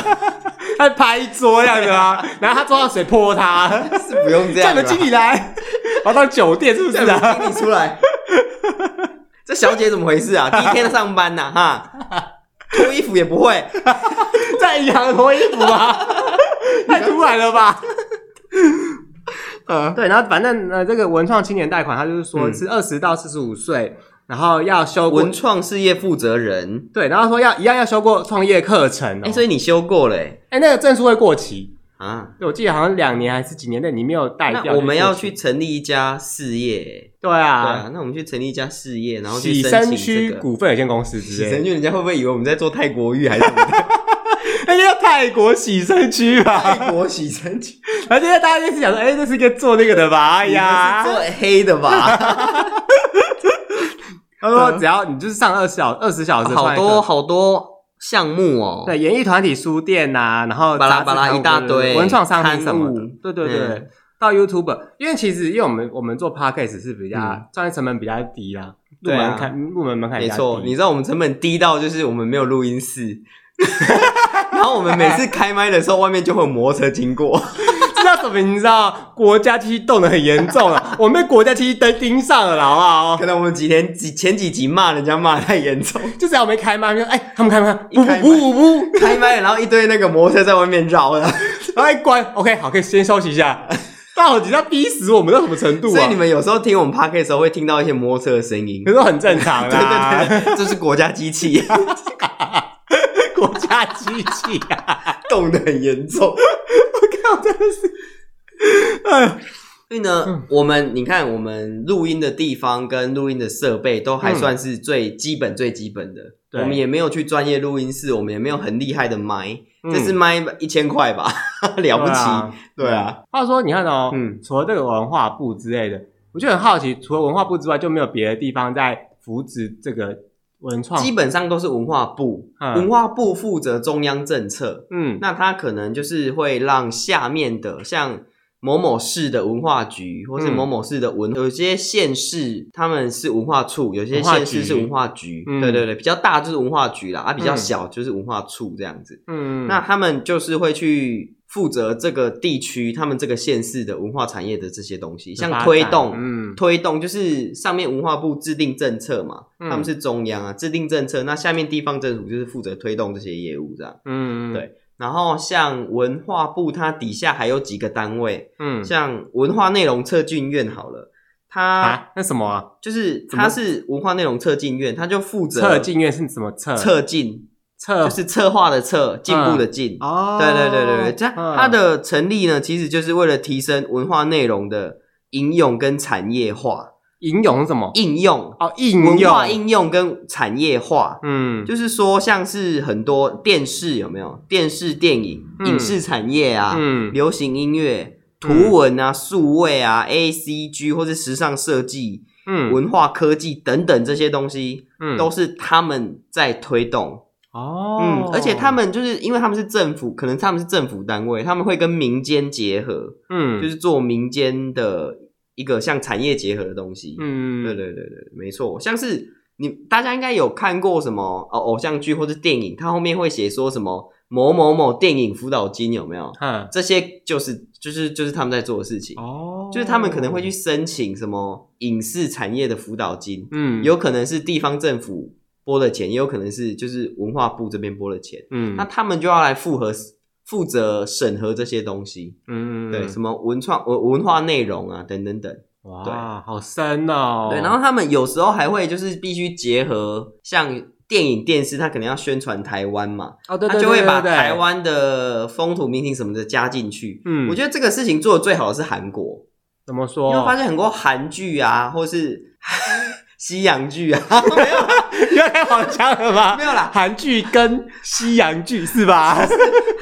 Speaker 1: 他拍桌这样子啊，然后他桌上水泼他，
Speaker 2: 是不用这
Speaker 1: 叫
Speaker 2: 样
Speaker 1: 你
Speaker 2: 啦。
Speaker 1: 们经理来，跑到酒店是不是
Speaker 2: 叫你
Speaker 1: 啊？
Speaker 2: 们经理 出来，这小姐怎么回事啊？第一天上班呐、哈，脱衣服也不会，
Speaker 1: 在银行脱衣服啊，太突然了吧？
Speaker 2: 呃，
Speaker 1: 对，然后反正呃，这个文创青年贷款，他就是说
Speaker 2: 嗯
Speaker 1: 是二十到四十五岁，然后要修过
Speaker 2: 文创事业负责人，
Speaker 1: 对，然后说要一样要修过创业课程哦
Speaker 2: 哎、。所以你修过嘞、
Speaker 1: 哎，那个证书会过期，
Speaker 2: 啊？
Speaker 1: 对我记得好像两年还是几年内你没有贷掉，
Speaker 2: 那我们
Speaker 1: 就
Speaker 2: 要
Speaker 1: 过期
Speaker 2: 去成立一家事业、
Speaker 1: 对
Speaker 2: 对
Speaker 1: 啊，
Speaker 2: 啊，那我们去成立一家事业，然后去
Speaker 1: 洗
Speaker 2: 申
Speaker 1: 身
Speaker 2: 请
Speaker 1: 区
Speaker 2: 这个。
Speaker 1: 股份有限公司之
Speaker 2: 洗
Speaker 1: 类的
Speaker 2: 身。区，人家会不会以为我们在做泰国浴还是什 么的
Speaker 1: 那就叫哎泰国洗身区 吧。
Speaker 2: 泰国洗身区？
Speaker 1: 然后现在大家就是想说，哎、这是一个做那个的吧？哎
Speaker 2: 哎
Speaker 1: 呀，
Speaker 2: 呀，做黑的 吧？
Speaker 1: 他说哦只要你就是上二十小二十小时的
Speaker 2: 嗯好
Speaker 1: 创业课，
Speaker 2: 多好多项目哦。
Speaker 1: 对演艺团体书店呐、然后
Speaker 2: 巴拉
Speaker 1: 杂志
Speaker 2: 巴拉
Speaker 1: 刊物
Speaker 2: 一大堆
Speaker 1: 文创商品什么
Speaker 2: 刊
Speaker 1: 的
Speaker 2: 物，
Speaker 1: 对对对。
Speaker 2: 嗯
Speaker 1: 到 YouTube，因为其实因为我们我们做 Podcast 是比较
Speaker 2: 嗯
Speaker 1: 专业、成本比较低啦，入
Speaker 2: 对啊
Speaker 1: 门槛入门门槛比
Speaker 2: 没
Speaker 1: 较
Speaker 2: 错，
Speaker 1: 低
Speaker 2: 你知道我们成本低到就是我们没有录音室， 然后我们每次开麦的时候，外面就会有摩托车经过，
Speaker 1: 知道什么？你知道国家机器动的很严重 了，我们被国家机器灯盯上了啦，好不好？
Speaker 2: 可能我们几天几前几集骂人家骂得太严重，
Speaker 1: 就只要我没开麦，就哎、他们开麦，
Speaker 2: 一
Speaker 1: 不
Speaker 2: 开麦
Speaker 1: 不不不不，
Speaker 2: 开麦然后一堆那个摩托车在外面绕了，
Speaker 1: 然后一关，OK，好，可以哎先休息一 下。到底要逼死我们到什么程度
Speaker 2: 所以
Speaker 1: 啊
Speaker 2: 你？们有时候听我们 p a k 的时候会听到一些摩托车的声音
Speaker 1: 可，是啊很正常
Speaker 2: 对
Speaker 1: 啦，
Speaker 2: 对对，这是国家机器
Speaker 1: 国家机器啊！
Speaker 2: 动得很严重。
Speaker 1: 我靠，真的是
Speaker 2: 哎所以呢，我们你看，我们录音的地方跟录音的设备都还算是最基本、最基本的。
Speaker 1: 对
Speaker 2: 我们也没有去专业录音室，我们也没有很厉害的麦，
Speaker 1: 嗯
Speaker 2: 这是麦一千块吧， 了不起。。对啊，
Speaker 1: 话说，你看哦，
Speaker 2: 嗯
Speaker 1: 除了这个文化部之类的，我就很好奇，除了文化部之外，就没有别的地方在扶植这个文创？
Speaker 2: 基本上都是文化部，
Speaker 1: 嗯
Speaker 2: 文化部负责中央政策，
Speaker 1: 嗯，
Speaker 2: 那他可能就是会让下面的像。某某市的文化局，或是
Speaker 1: 嗯
Speaker 2: 某某市的文，有些县市他们是文化处，有些
Speaker 1: 文化
Speaker 2: 县市是
Speaker 1: 局
Speaker 2: 文化局，
Speaker 1: 嗯
Speaker 2: 对对对，比较大就是文化局啦，啊，比较
Speaker 1: 嗯
Speaker 2: 小就是文化处这样子。
Speaker 1: 嗯，
Speaker 2: 那他们就是会去负责这个地区、他们这个县市的文化产业的这些东西，像推动、
Speaker 1: 嗯
Speaker 2: 推动就是上面文化部制定政策嘛，
Speaker 1: 嗯
Speaker 2: 他们是中央啊制定政策，那下面地方政府就是负责推动这些业务这样。
Speaker 1: 嗯，
Speaker 2: 对然后像文化部，它底下还有几个单位，
Speaker 1: 嗯，
Speaker 2: 像文化内容测进院好了，它
Speaker 1: 啊，那什么啊
Speaker 2: 就是
Speaker 1: 怎么
Speaker 2: 它是文化内容测进院，它就负责
Speaker 1: 策进院嗯是怎么策？
Speaker 2: 测进，
Speaker 1: 策
Speaker 2: 就是策划的策，进步的进。
Speaker 1: 哦，
Speaker 2: 对对对对对，这样
Speaker 1: 嗯
Speaker 2: 它的成立呢，其实就是为了提升文化内容的应用跟产业化，
Speaker 1: 吟咏是什么？
Speaker 2: 应用
Speaker 1: 哦，应
Speaker 2: 文化
Speaker 1: 用，
Speaker 2: 应用跟产业化，
Speaker 1: 嗯，
Speaker 2: 就是说像是很多电视有没有电视电影、
Speaker 1: 嗯
Speaker 2: 影视产业啊，
Speaker 1: 嗯
Speaker 2: 流行音乐、图文啊、数位啊、A C G 或是时尚设计、
Speaker 1: 嗯
Speaker 2: 文化科技等等这些东西，
Speaker 1: 嗯
Speaker 2: 都是他们在推动。
Speaker 1: 哦，
Speaker 2: 嗯，而且他们就是因为他们是政府，可能他们是政府单位，他们会跟民间结合，
Speaker 1: 嗯
Speaker 2: 就是做民间的一个像产业结合的东西。
Speaker 1: 嗯
Speaker 2: 对对对对，没错，像是你大家应该有看过什么呃偶像剧或是电影，它后面会写说什么某某某电影辅导金有没有？
Speaker 1: 嗯
Speaker 2: 这些就是就是就是他们在做的事情，
Speaker 1: 哦，
Speaker 2: 就是他们可能会去申请什么影视产业的辅导金，
Speaker 1: 嗯
Speaker 2: 有可能是地方政府拨的钱，也有可能是就是文化部这边拨的钱，
Speaker 1: 嗯
Speaker 2: 那他们就要来复合负责审核这些东西，
Speaker 1: 嗯
Speaker 2: 对，什么文创文文化内容啊等等等。对
Speaker 1: 哇，好深哦，
Speaker 2: 对，然后他们有时候还会就是必须结合像电影、电视，他可能要宣传台湾嘛，
Speaker 1: 哦对
Speaker 2: 他
Speaker 1: 对
Speaker 2: 就会把
Speaker 1: 对对对
Speaker 2: 台湾的风土民情什么的加进去。
Speaker 1: 嗯，哦
Speaker 2: 我觉得这个事情做的最好的是韩国，
Speaker 1: 怎么
Speaker 2: 因
Speaker 1: 说？
Speaker 2: 为我发现很多韩剧啊，或是
Speaker 1: 嗯
Speaker 2: 西洋剧啊，没有啦
Speaker 1: 又太好笑了
Speaker 2: 没
Speaker 1: 吧？
Speaker 2: 有啦，
Speaker 1: 韩剧跟西洋剧是吧？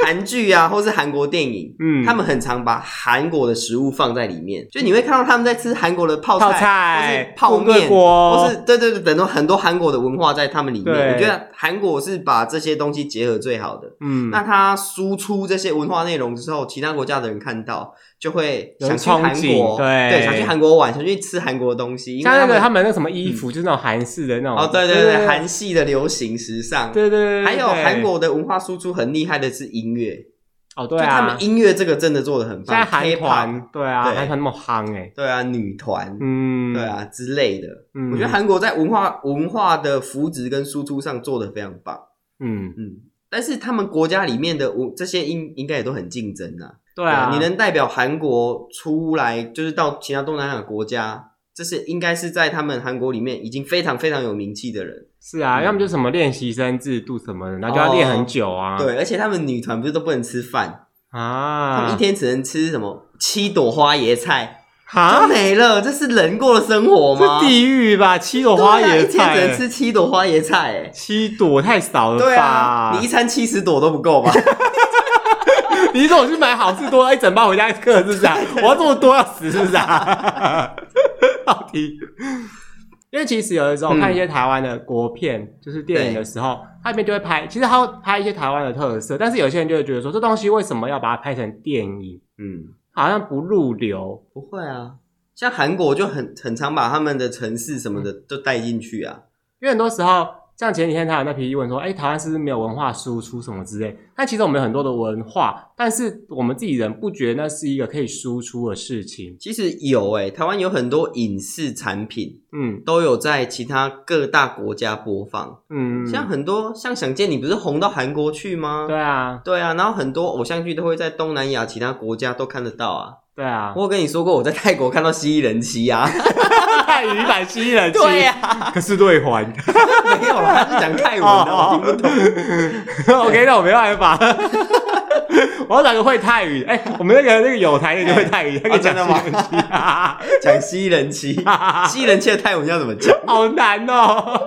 Speaker 2: 韩剧啊，或是韩国电影。
Speaker 1: 嗯，
Speaker 2: 他们很常把韩国的食物放在里面，就你会看到他们在吃韩国的泡菜、
Speaker 1: 泡菜
Speaker 2: 或是泡
Speaker 1: 部队
Speaker 2: 面、
Speaker 1: 锅
Speaker 2: 或是对对对，等到很多韩国的文化在他们里面。
Speaker 1: 对
Speaker 2: 我觉得韩国是把这些东西结合最好的。
Speaker 1: 嗯
Speaker 2: 那他输出这些文化内容之后，其他国家的人看到就会
Speaker 1: 有
Speaker 2: 想去韩
Speaker 1: 憧憬
Speaker 2: 国，
Speaker 1: 对嗯
Speaker 2: 想去韩国玩，想去吃韩国的东西。因为
Speaker 1: 像那
Speaker 2: 他
Speaker 1: 个
Speaker 2: 们嗯
Speaker 1: 他们那个什么衣服，就是那种韩式的那种
Speaker 2: 哦，对对对，韩系的流行时尚，
Speaker 1: 对对对，对
Speaker 2: 还有
Speaker 1: 对
Speaker 2: 韩国的文化输出很厉害的是音乐，
Speaker 1: 哦
Speaker 2: 就
Speaker 1: 对
Speaker 2: 他
Speaker 1: 啊
Speaker 2: 们，音乐这个真的做的很
Speaker 1: 现在
Speaker 2: 棒，
Speaker 1: 韩
Speaker 2: K-pop
Speaker 1: 团对啊，
Speaker 2: 对
Speaker 1: 韩团那么夯哎，
Speaker 2: 对啊，女团，
Speaker 1: 嗯，
Speaker 2: 对，啊之类的。
Speaker 1: 嗯
Speaker 2: 我觉得韩国在文化文化的扶植跟输出上做的非常棒，
Speaker 1: 嗯
Speaker 2: 嗯，但是他们国家里面的文这些应应该也都很竞争呐、
Speaker 1: 对啊，
Speaker 2: 你能代表韩国出来，就是到其他东南亚国家，这是应该是在他们韩国里面已经非常非常有名气的人，
Speaker 1: 是啊，
Speaker 2: 嗯
Speaker 1: 要么就是什么练习生制度什么的，然后就要练很久啊，
Speaker 2: 哦对，而且他们女团不是都不能吃饭，他们一
Speaker 1: 啊，
Speaker 2: 天只能吃什么七朵花椰菜就
Speaker 1: 啊，
Speaker 2: 没了，这是人过的生活吗？
Speaker 1: 这地狱吧，七朵花
Speaker 2: 对啊
Speaker 1: 椰
Speaker 2: 一天只
Speaker 1: 菜欸
Speaker 2: 能，吃七朵花椰菜、欸，
Speaker 1: 七朵太少了
Speaker 2: 对
Speaker 1: 吧
Speaker 2: 啊，？你一餐七十朵都 不够吧？
Speaker 1: 你说我去买好事多一整包回家嗑是不是啊？我要这么多要死是不是啊？到底？因为其实有的时候
Speaker 2: 嗯
Speaker 1: 看一些台湾的国片，就是电影的时候，它里面就会拍，其实它会拍一些台湾的特色，但是有些人就会觉得说，这东西为什么要把它拍成电影？
Speaker 2: 嗯，
Speaker 1: 好像不入流。
Speaker 2: 不会啊。像韩国就很很常把他们的城市什么的
Speaker 1: 嗯
Speaker 2: 都带进去啊，
Speaker 1: 因为很多时候，像前几天台湾那批议论说，哎、台湾是不是没有文化输出什么之类？但其实我们有很多的文化，但是我们自己人不觉得那是一个可以输出的事情。
Speaker 2: 其实有诶、台湾有很多影视产品
Speaker 1: 嗯
Speaker 2: 都有在其他各大国家播放，
Speaker 1: 嗯，
Speaker 2: 像很多像《想见你》不是红到韩国去吗？
Speaker 1: 对啊
Speaker 2: 对啊，然后很多偶像剧都会在东南亚其他国家都看得到啊。
Speaker 1: 对啊，
Speaker 2: 我有跟你说过，我在泰国看到蜥蜴人 妻啊，
Speaker 1: 泰语版吸人
Speaker 2: 对啊呀、
Speaker 1: 可是对环。
Speaker 2: 没有啦，他是讲泰文的，我听不懂。
Speaker 1: OK，那我没办法。 我要找个会泰语，哎、我们那个那个有台的就会泰语，那个讲
Speaker 2: 啊真的吗
Speaker 1: 西文系啊
Speaker 2: 讲蜥 蜴人妻，蜥蜴人妻的泰文要怎么讲？
Speaker 1: 好难哦、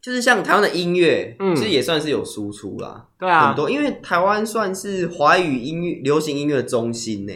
Speaker 2: 就是像台湾的音乐，
Speaker 1: 嗯
Speaker 2: 其实也算是有输出啦，
Speaker 1: 对啊
Speaker 2: 很，多，因为台湾算是华语音乐、流行音乐的中心呢、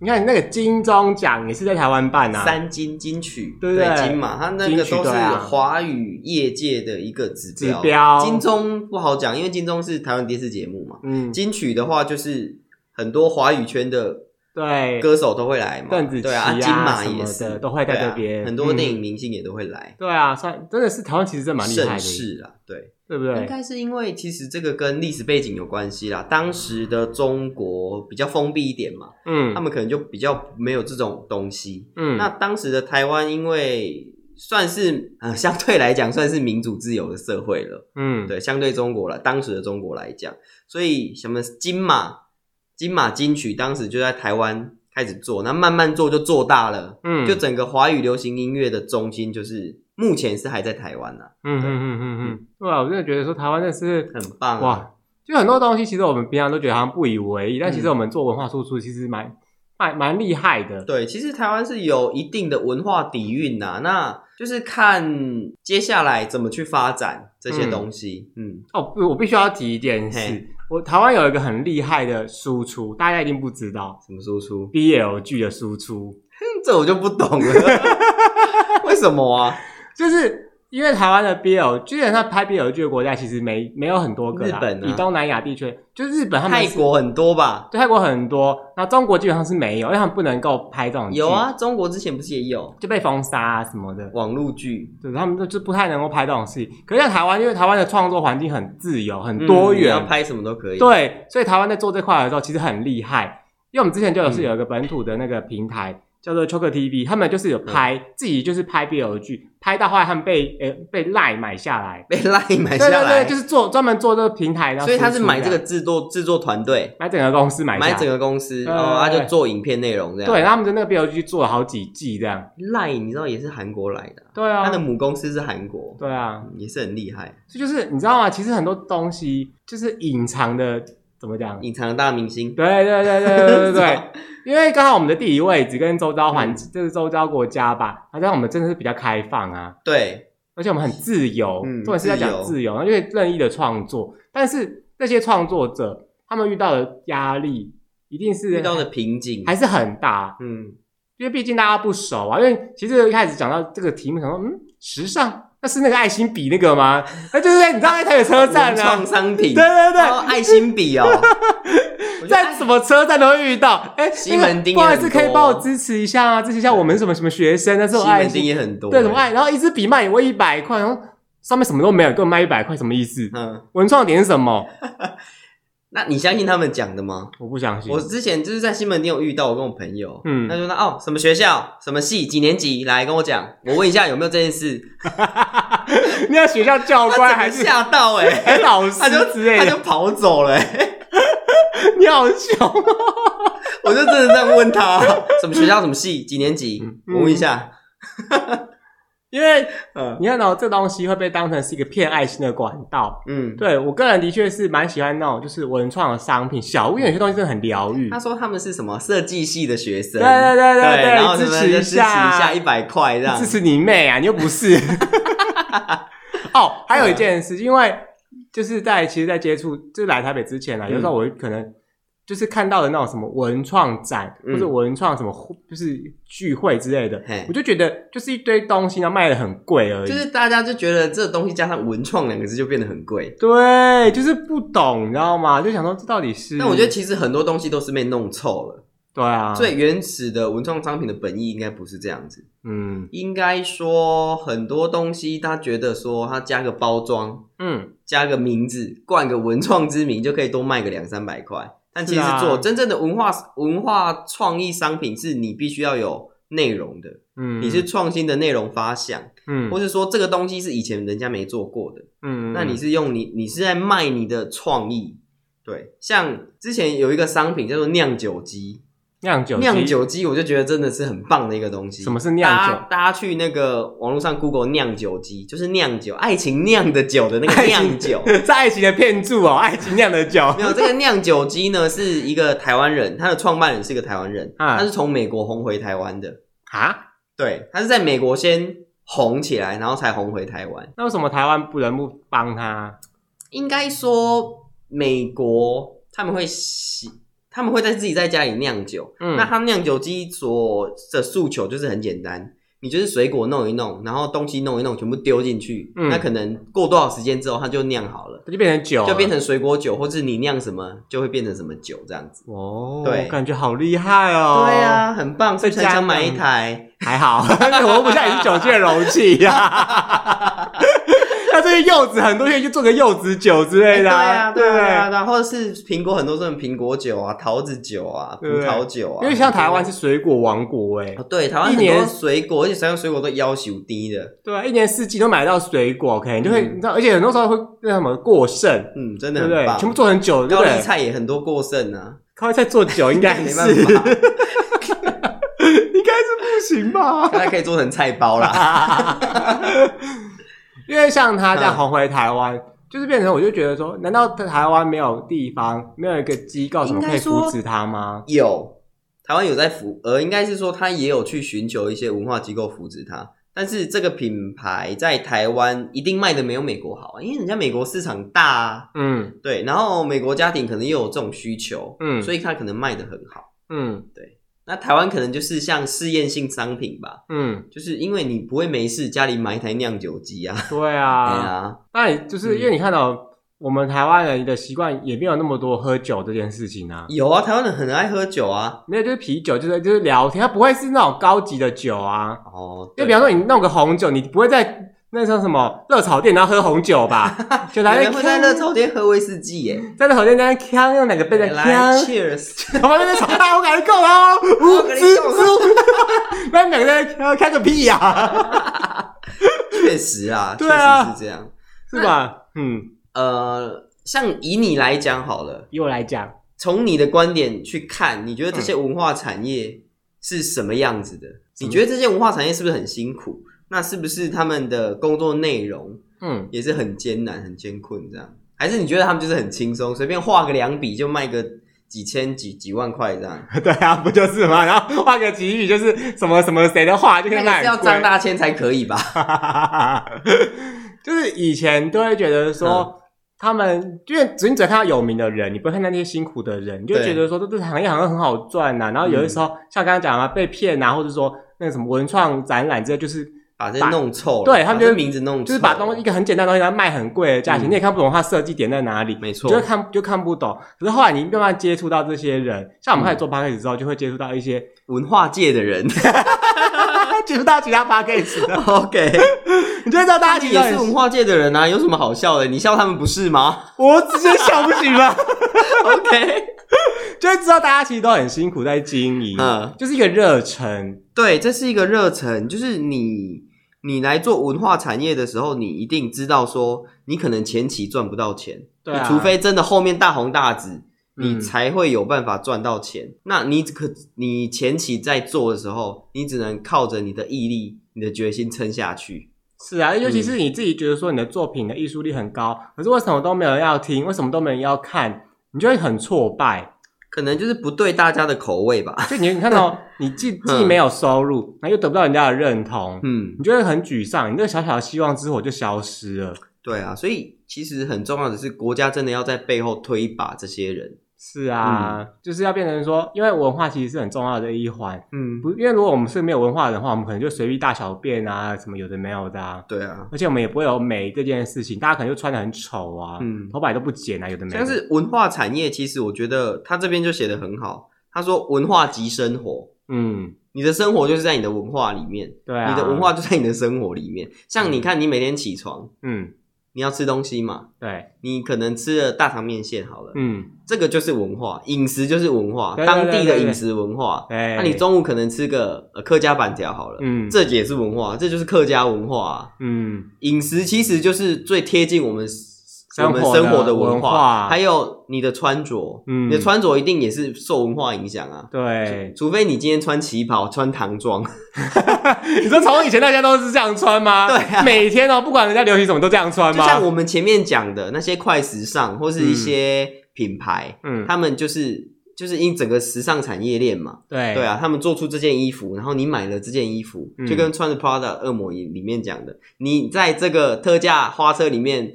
Speaker 1: 你看那个金钟奖也是在台湾办啊，
Speaker 2: 三金金曲
Speaker 1: 对不对
Speaker 2: 金嘛，它那
Speaker 1: 金
Speaker 2: 个
Speaker 1: 曲
Speaker 2: 都是
Speaker 1: 对啊
Speaker 2: 华语业界的一个指标。
Speaker 1: 指标
Speaker 2: 金钟不好讲，因为金钟是台湾电视节目嘛。
Speaker 1: 嗯，
Speaker 2: 金曲的话，就是很多华语圈的
Speaker 1: 对，
Speaker 2: 歌手都会来嘛，
Speaker 1: 邓紫棋
Speaker 2: 对
Speaker 1: 啊
Speaker 2: 啊，金马
Speaker 1: 什么
Speaker 2: 也
Speaker 1: 的
Speaker 2: 是
Speaker 1: 都会在这边
Speaker 2: 对啊很多
Speaker 1: 嗯
Speaker 2: 电影明星也都会来，
Speaker 1: 对啊，算真的是台湾其实真的蛮厉害
Speaker 2: 盛
Speaker 1: 的，
Speaker 2: 世啊，对。
Speaker 1: 对不
Speaker 2: 应
Speaker 1: 对？
Speaker 2: 该是因为其实这个跟历史背景有关系啦。当时的中国比较封闭一点嘛，他
Speaker 1: 嗯
Speaker 2: 们可能就比较没有这种东西。
Speaker 1: 嗯，
Speaker 2: 那当时的台湾，因为算是呃相对来讲算是民主自由的社会了，
Speaker 1: 嗯
Speaker 2: 对，相对中国了，当时的中国来讲，所以什么金马、金马金曲，当时就在台湾开始做，那慢慢做就做大了，
Speaker 1: 嗯
Speaker 2: 就整个华语流行音乐的中心，就是目前是还在台湾呐、
Speaker 1: 嗯嗯嗯嗯嗯，对啊，我真的觉得说台湾真的是
Speaker 2: 很棒、啊，
Speaker 1: 哇，就很多东西，其实我们平常都觉得好像不以为意，但其实
Speaker 2: 嗯
Speaker 1: 我们做文化输出，其实蛮蛮蛮厉害的。
Speaker 2: 对，其实台湾是有一定的文化底蕴呐、那就是看接下来怎么去发展这些东西。嗯，
Speaker 1: 哦，不我必须要提一件
Speaker 2: 嘿
Speaker 1: 事，我台湾有一个很厉害的输出，大家一定不知道
Speaker 2: 怎么输出？
Speaker 1: BL 剧的输出，
Speaker 2: 这我就不懂了， 为什么啊？
Speaker 1: 就是因为台湾的 BL 基本上拍 BL 剧的国家其实没没有很多个啦，
Speaker 2: 日本啊
Speaker 1: 以东南亚地区，就日本他们
Speaker 2: 泰
Speaker 1: 是
Speaker 2: 国很多吧？
Speaker 1: 对泰国很多，那中国基本上是没有，因为他们不能够拍这种剧
Speaker 2: 有啊，中国之前不是也有
Speaker 1: 就被封杀啊什么的，
Speaker 2: 网络剧？
Speaker 1: 对，他们就就不太能够拍这种事情。可是在台湾，因为台湾的创作环境很自由、很多
Speaker 2: 嗯你
Speaker 1: 元，
Speaker 2: 要拍什么都可以。，
Speaker 1: 对，所以台湾在做这块的时候其实很厉害，因为我们之前就
Speaker 2: 嗯
Speaker 1: 有是有一个本土的那个平台、叫做 Choker TV，他们就是
Speaker 2: 嗯
Speaker 1: 有拍、自己就是拍 BL 剧，拍到后来他们被呃被赖买下来，
Speaker 2: 被 Line 买下
Speaker 1: 对对
Speaker 2: 来，
Speaker 1: 对，就是做专门做这个平台，然后
Speaker 2: 所以他是
Speaker 1: 输出
Speaker 2: 买这个
Speaker 1: 样
Speaker 2: 制作制作团队，
Speaker 1: 买整个公司买下
Speaker 2: 买
Speaker 1: 来，
Speaker 2: 整个公司，
Speaker 1: 对
Speaker 2: 哦，他
Speaker 1: 对
Speaker 2: 就做影片内容这样。
Speaker 1: 对，然后他们的那个 BL 剧做了好几季这样，
Speaker 2: Line 你知道也是韩国来的啊，
Speaker 1: 对啊
Speaker 2: 他的，母公司是韩国，
Speaker 1: 对啊，
Speaker 2: 嗯也是很厉害，
Speaker 1: 这就是你知道吗？其实很多东西就是隐藏的，怎么讲？
Speaker 2: 隐藏的大明星。
Speaker 1: 对对对对对对
Speaker 2: 是
Speaker 1: 对
Speaker 2: 吧，
Speaker 1: 因为刚好我们的地理位置跟周遭环，
Speaker 2: 嗯
Speaker 1: 就是周遭国家吧，好像我们真的是比较开放啊，
Speaker 2: 对，
Speaker 1: 而且我们很自由，
Speaker 2: 嗯
Speaker 1: 重点是在
Speaker 2: 自
Speaker 1: 讲
Speaker 2: 由
Speaker 1: 自由，因为任意的创作，但是那些创作者他们遇到的压力一定是
Speaker 2: 遇到的瓶颈，
Speaker 1: 还是很大，
Speaker 2: 嗯，
Speaker 1: 因为毕竟大家不熟啊。因为其实一开始讲到这个题目，想说嗯，时尚那是那个爱心笔那个吗？那就是在你知道在台北车站
Speaker 2: 文
Speaker 1: 啊
Speaker 2: 创，商品，
Speaker 1: 对对对，
Speaker 2: 哦爱心笔 哦，我 觉得
Speaker 1: 在
Speaker 2: 爱
Speaker 1: 什么车站都会遇到。哎、
Speaker 2: 西
Speaker 1: 那
Speaker 2: 门
Speaker 1: 个
Speaker 2: 町
Speaker 1: 不好意
Speaker 2: 也
Speaker 1: 思，
Speaker 2: 很
Speaker 1: 可以
Speaker 2: 多
Speaker 1: 帮我支持一下啊，支持一下我们什么什么学生，那是我
Speaker 2: 西
Speaker 1: 爱
Speaker 2: 门町
Speaker 1: 心，
Speaker 2: 也很多，欸
Speaker 1: 对，什么爱，然后一支笔卖也会一百块，然后上面什么都没有，给我卖一百块，什么意思？
Speaker 2: 嗯，
Speaker 1: 文创点是什么？
Speaker 2: 那你相信他们讲的吗？
Speaker 1: 我不相信
Speaker 2: 我。之前就是在西门町有遇到，我跟我朋友，
Speaker 1: 嗯
Speaker 2: 他，就说哦，什么学校，什么系，几年级，来跟我讲，我问一下有没有这件事。
Speaker 1: 那个学校教
Speaker 2: 他
Speaker 1: 官
Speaker 2: 整
Speaker 1: 哦还
Speaker 2: 个
Speaker 1: 是欸
Speaker 2: 吓到哎、
Speaker 1: 还是老师
Speaker 2: 他就
Speaker 1: 之类
Speaker 2: 他
Speaker 1: 的
Speaker 2: 就，跑走了、欸，
Speaker 1: 你好凶哦！
Speaker 2: 我就真的这样问他， 什么学校，什么系，几年级，
Speaker 1: 嗯
Speaker 2: 我问一下。
Speaker 1: 因为
Speaker 2: 嗯
Speaker 1: 你看到、这东西会被当成是一个骗爱心的管道。
Speaker 2: 嗯，
Speaker 1: 对我个人的确是蛮喜欢那种就是文创的商品，小物有些东西真的很疗愈
Speaker 2: 他。说他们是什么设计系的学
Speaker 1: 对
Speaker 2: 生，
Speaker 1: 对对
Speaker 2: 对然后
Speaker 1: 对，
Speaker 2: 你们就支持一下一百块这样
Speaker 1: 支。持你妹啊！你又不是。 哦，还有一件事，因为就是在其实，在接触就是来台北之前啊，
Speaker 2: 嗯
Speaker 1: 有时候我可能就是看到的那种什么文创展、
Speaker 2: 嗯
Speaker 1: 或者文创什么就是聚会之类的
Speaker 2: 嘿，
Speaker 1: 我就觉得就是一堆东西，然后卖的很贵而已。
Speaker 2: 就是大家就觉得这东西加上“文创”两个字就变得很贵，
Speaker 1: 对，就是不懂，你知道吗？就想说这到底是……
Speaker 2: 但我觉得其实很多东西都是被弄臭了。
Speaker 1: 对嗯啊，
Speaker 2: 最原始的文创商品的本意应该不是这样子，
Speaker 1: 嗯
Speaker 2: 应该说很多东西，他觉得说他加个包装，
Speaker 1: 嗯，
Speaker 2: 加个名字，冠个文创之名，就可以多卖个两三百块。但其实
Speaker 1: 是啊
Speaker 2: 做真正的文化文化创意商品，是你必须要有内容的，
Speaker 1: 嗯，
Speaker 2: 你是创新的内容发想，
Speaker 1: 嗯
Speaker 2: 或是说这个东西是以前人家没做过的，
Speaker 1: 嗯，
Speaker 2: 那你是用你你是在卖你的创意。对，像之前有一个商品叫做酿酒机，
Speaker 1: 酿酒
Speaker 2: 酿
Speaker 1: 机
Speaker 2: 酒机，我就觉得真的是很棒的一个东西。
Speaker 1: 什么是酿酒
Speaker 2: 大家大家去那个网络上 Google 酿酒机，就是酿酒，爱情酿的酒的那个
Speaker 1: 爱情
Speaker 2: 酿酒。
Speaker 1: 是爱情的骗注哦，爱情酿的酒
Speaker 2: 没有这个酿酒机呢，是一个台湾人，他的创办人是一个台湾人，
Speaker 1: 啊
Speaker 2: 他是从美国红回台湾的。
Speaker 1: 啊。
Speaker 2: 对，他是在美国先红起来，然后才红回台湾。
Speaker 1: 那为什么台湾不能不帮他？
Speaker 2: 应该说，美国他们会喜，他们会在自己在家里酿酒。
Speaker 1: 嗯
Speaker 2: 那他酿酒机所的诉求就是很简单，你就是水果弄一弄，然后东西弄一弄，全部丢进去。
Speaker 1: 嗯哦
Speaker 2: 那可能过多少时间之后，它就酿好了，
Speaker 1: 它就变成酒了，
Speaker 2: 就变成水果酒，或是你酿什么就会变成什么酒这样子。
Speaker 1: 哦，
Speaker 2: 对
Speaker 1: 感觉好厉害哦。
Speaker 2: 对，啊，很棒，所以
Speaker 1: 在
Speaker 2: 很
Speaker 1: 家嗯
Speaker 2: 想买一
Speaker 1: 酿
Speaker 2: 台。
Speaker 1: 还好， 我又不像你是酒界的容器呀、 那这些柚子很多，可以去做个柚子酒之类的、
Speaker 2: 啊，对
Speaker 1: 对不
Speaker 2: 啊，然后是苹果很多种苹果酒啊、桃子酒啊、葡
Speaker 1: 对不对
Speaker 2: 萄酒啊，
Speaker 1: 因为像台湾是水果王国哎、
Speaker 2: 哦，对，台湾
Speaker 1: 一
Speaker 2: 很多
Speaker 1: 年
Speaker 2: 水果，而且台湾水果都要求低的，
Speaker 1: 对啊，一年四季都买到水果，OK，你就会、
Speaker 2: 嗯
Speaker 1: 你知道，而且很多时候会那什么过剩，
Speaker 2: 嗯，真的
Speaker 1: 对不
Speaker 2: 很
Speaker 1: 对？
Speaker 2: 棒。
Speaker 1: 全部做成酒，对
Speaker 2: 高
Speaker 1: 不
Speaker 2: 丽
Speaker 1: 对？
Speaker 2: 菜也很多过剩啊，
Speaker 1: 高丽菜做酒应该
Speaker 2: 没
Speaker 1: 是
Speaker 2: 办法，
Speaker 1: 应该是不行吧？
Speaker 2: 大家可以做成菜包啦。
Speaker 1: 因为像他这样红回台湾，就是变成我就觉得说，难道台湾没有地方没有一个机构什么可以扶持他吗？
Speaker 2: 有，台湾有在扶，呃，应该是说他也有去寻求一些文化机构扶持他，但是这个品牌在台湾一定卖的没有美国好啊，因为人家美国市场大啊，
Speaker 1: 嗯
Speaker 2: 对，然后美国家庭可能也有这种需求，
Speaker 1: 嗯
Speaker 2: 所以他可能卖的很好。
Speaker 1: 嗯
Speaker 2: 那台湾可能就是像试验性商品吧，
Speaker 1: 嗯，
Speaker 2: 就是因为你不会没事家里买一台酿酒机啊，
Speaker 1: 对
Speaker 2: 哎
Speaker 1: 啊，
Speaker 2: 呀，
Speaker 1: 那你就是
Speaker 2: 嗯
Speaker 1: 因为你看到我们台湾人的习惯也没有那么多喝酒这件事情啊，
Speaker 2: 有啊，台湾人很爱喝酒啊，
Speaker 1: 没有就是啤酒，就是就是聊天，它不会是那种高级的酒啊。
Speaker 2: 哦，
Speaker 1: 就
Speaker 2: 对
Speaker 1: 比方说你弄个红酒，你不会在那叫什么热炒店然后喝红酒 吧？就
Speaker 2: 有
Speaker 1: 来
Speaker 2: 人会在热炒店喝威士忌耶，
Speaker 1: 在热炒店在那呛，用两个杯在
Speaker 2: 来
Speaker 1: 呛，
Speaker 2: ，Cheers，
Speaker 1: 然后在那吵，啊，我跟你讲啊，呜
Speaker 2: 跟你
Speaker 1: 滋
Speaker 2: 讲啊
Speaker 1: 滋， 那两个在呛，呛个屁呀、
Speaker 2: 确实啊，
Speaker 1: 对啊
Speaker 2: 确实是这样。
Speaker 1: 是吧？嗯，
Speaker 2: 呃，像以你来讲好了，
Speaker 1: 以我来讲，
Speaker 2: 从你的观点去看，你觉得这些文化产业是什么样子的？
Speaker 1: 么
Speaker 2: 你觉得这些文化产业是不是很辛苦？那是不是他们的工作内容
Speaker 1: 嗯，
Speaker 2: 也是很艰难、很艰困这样？还是你觉得他们就是很轻松，随便画个两笔就卖个几千、几几万块这样？
Speaker 1: 对啊，不就是嘛？然后画个几语，就是什么什么谁的画，就跟
Speaker 2: 那
Speaker 1: 他
Speaker 2: 个是哎要张大千才可以吧？
Speaker 1: 大， 就是以前都会觉得
Speaker 2: 嗯
Speaker 1: 说。他们因为只你只看到有名的人，你不会看到那些辛苦的人，你就会
Speaker 2: 对嗯
Speaker 1: 觉得说这这行业好像很好赚呐、啊然后有的时候、像刚刚讲啊，被骗啊，或者说那个什么文创展览之类，就是
Speaker 2: 把这
Speaker 1: 把
Speaker 2: 弄臭了，
Speaker 1: 对他们
Speaker 2: 把这
Speaker 1: 就是
Speaker 2: 名字弄臭了，
Speaker 1: 就是把东西一个很简单的东西，然后卖很贵的价钱，
Speaker 2: 嗯
Speaker 1: 你也看不懂它设计点在哪里，
Speaker 2: 没错
Speaker 1: 你就，看就看不懂。可是后来你慢慢接触到这些人，像我们开始做 p a c k a g e 之后，就会接触到一些，哎
Speaker 2: 文化界 的人
Speaker 1: 接触到其他 p a c k a g e 的，
Speaker 2: ，OK。
Speaker 1: 你就会知道大家
Speaker 2: 大家
Speaker 1: 其
Speaker 2: 也
Speaker 1: 实
Speaker 2: 是文化界的人啊，有什么好笑的？你笑他们不是吗
Speaker 1: 我直接笑不行了，
Speaker 2: ？OK，
Speaker 1: 就会知道大家其实都很辛苦在经营，
Speaker 2: 嗯
Speaker 1: 就是一个热忱，
Speaker 2: 对，这是一个热忱，就是你你来做文化产业的时候，你一定知道说，你可能前期赚不到钱，
Speaker 1: 对啊
Speaker 2: 你除非真的后面大红大紫，
Speaker 1: 嗯
Speaker 2: 你才会有办法赚到钱。那你可你前期在做的时候，你只能靠着你的毅力、你的决心撑下去。
Speaker 1: 是
Speaker 2: 嗯
Speaker 1: 啊，尤其是你自己觉得说你的作品的艺术力很高，可是为什么都没有人要听，为什么都没有人要看，你就会很挫败。
Speaker 2: 可能就是不对大家的口味吧。
Speaker 1: 就你你看到你既既没有收入，然后又得不到人家的认同，
Speaker 2: 嗯，
Speaker 1: 你就会很沮丧，你这个小小的希望之火就消失了。
Speaker 2: 对啊，所以其实很重要的是，国家真的要在背后推一把这些人。
Speaker 1: 是啊，就是要变成说，因为文化其实是很重要的一环。
Speaker 2: 嗯，
Speaker 1: 不，因为如果我们是没有文化的话，我们可能就随意大小便啊，什么有的没有的啊。
Speaker 2: 对啊，
Speaker 1: 而且我们也不会有美这件事情，大家可能就穿的很丑啊，
Speaker 2: 嗯
Speaker 1: 头发也都不剪啊，有的没的。
Speaker 2: 像是文化产业，其实我觉得他这边就写的很好。他说文化即生活，
Speaker 1: 嗯，
Speaker 2: 你的生活就是在你的文化里面，
Speaker 1: 对啊，
Speaker 2: 你的文，化就在你的生活里面。像你看，你每天起床，
Speaker 1: 嗯，
Speaker 2: 你要吃东西嘛，
Speaker 1: 对，
Speaker 2: 你可能吃了大肠面线好了，
Speaker 1: 嗯，
Speaker 2: 这个就是文化，饮食就是文化，
Speaker 1: 对对
Speaker 2: 当地
Speaker 1: 对
Speaker 2: 的
Speaker 1: 对
Speaker 2: 饮食文化。
Speaker 1: 哎，
Speaker 2: 那你，中午可能吃个呃客家板条好了，
Speaker 1: 嗯，，
Speaker 2: 这也是文化，这就是客家文化啊、
Speaker 1: 嗯，
Speaker 2: 饮食其实就是最贴近我们
Speaker 1: 活
Speaker 2: 我
Speaker 1: 的
Speaker 2: 们生活的文
Speaker 1: 文化
Speaker 2: 还有你的穿着，
Speaker 1: 嗯
Speaker 2: 你的穿着一定也是受文化影响啊。
Speaker 1: 对，
Speaker 2: 除非你今天穿旗袍、穿唐 装，
Speaker 1: 你说从以前大家都是这样穿吗？
Speaker 2: 对啊
Speaker 1: 每天哦，不管人家流行什么都这样穿
Speaker 2: 就
Speaker 1: 吗？
Speaker 2: 像我们前面讲的那些快时尚或是一些品牌，
Speaker 1: 嗯，
Speaker 2: 他们就是就是因整个时尚产业链嘛，
Speaker 1: 对，
Speaker 2: 对，啊，他们做出这件衣服，然后你买了这件衣服，
Speaker 1: 哎嗯
Speaker 2: 就跟穿着 Prada 恶魔里面讲的，你在这个特价花车里面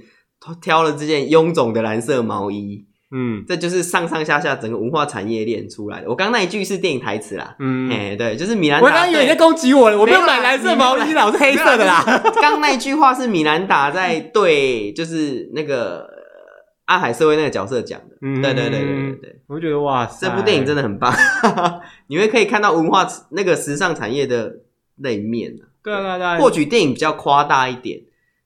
Speaker 2: 挑了这件臃肿的蓝色毛衣，
Speaker 1: 嗯
Speaker 2: 这就是上上下下整个文化产业链出来的。我刚那一句是电影台词啦，哎、
Speaker 1: 嗯，
Speaker 2: 对，就是米兰达。
Speaker 1: 我刚以为你在攻击我了，我没有买蓝色毛衣啦，我是黑色的啦。
Speaker 2: 对。刚那一句话是米兰达在对，就是那个呃暗海社会那个角色讲的。
Speaker 1: 嗯，
Speaker 2: 对对对对对，对，
Speaker 1: 我觉得哇塞，
Speaker 2: 这部电影真
Speaker 1: 的
Speaker 2: 的很棒， 你会可以看到文化那个时尚产业的那一面啊。
Speaker 1: 对啊对啊对啊，
Speaker 2: 或许电影比较夸大一点，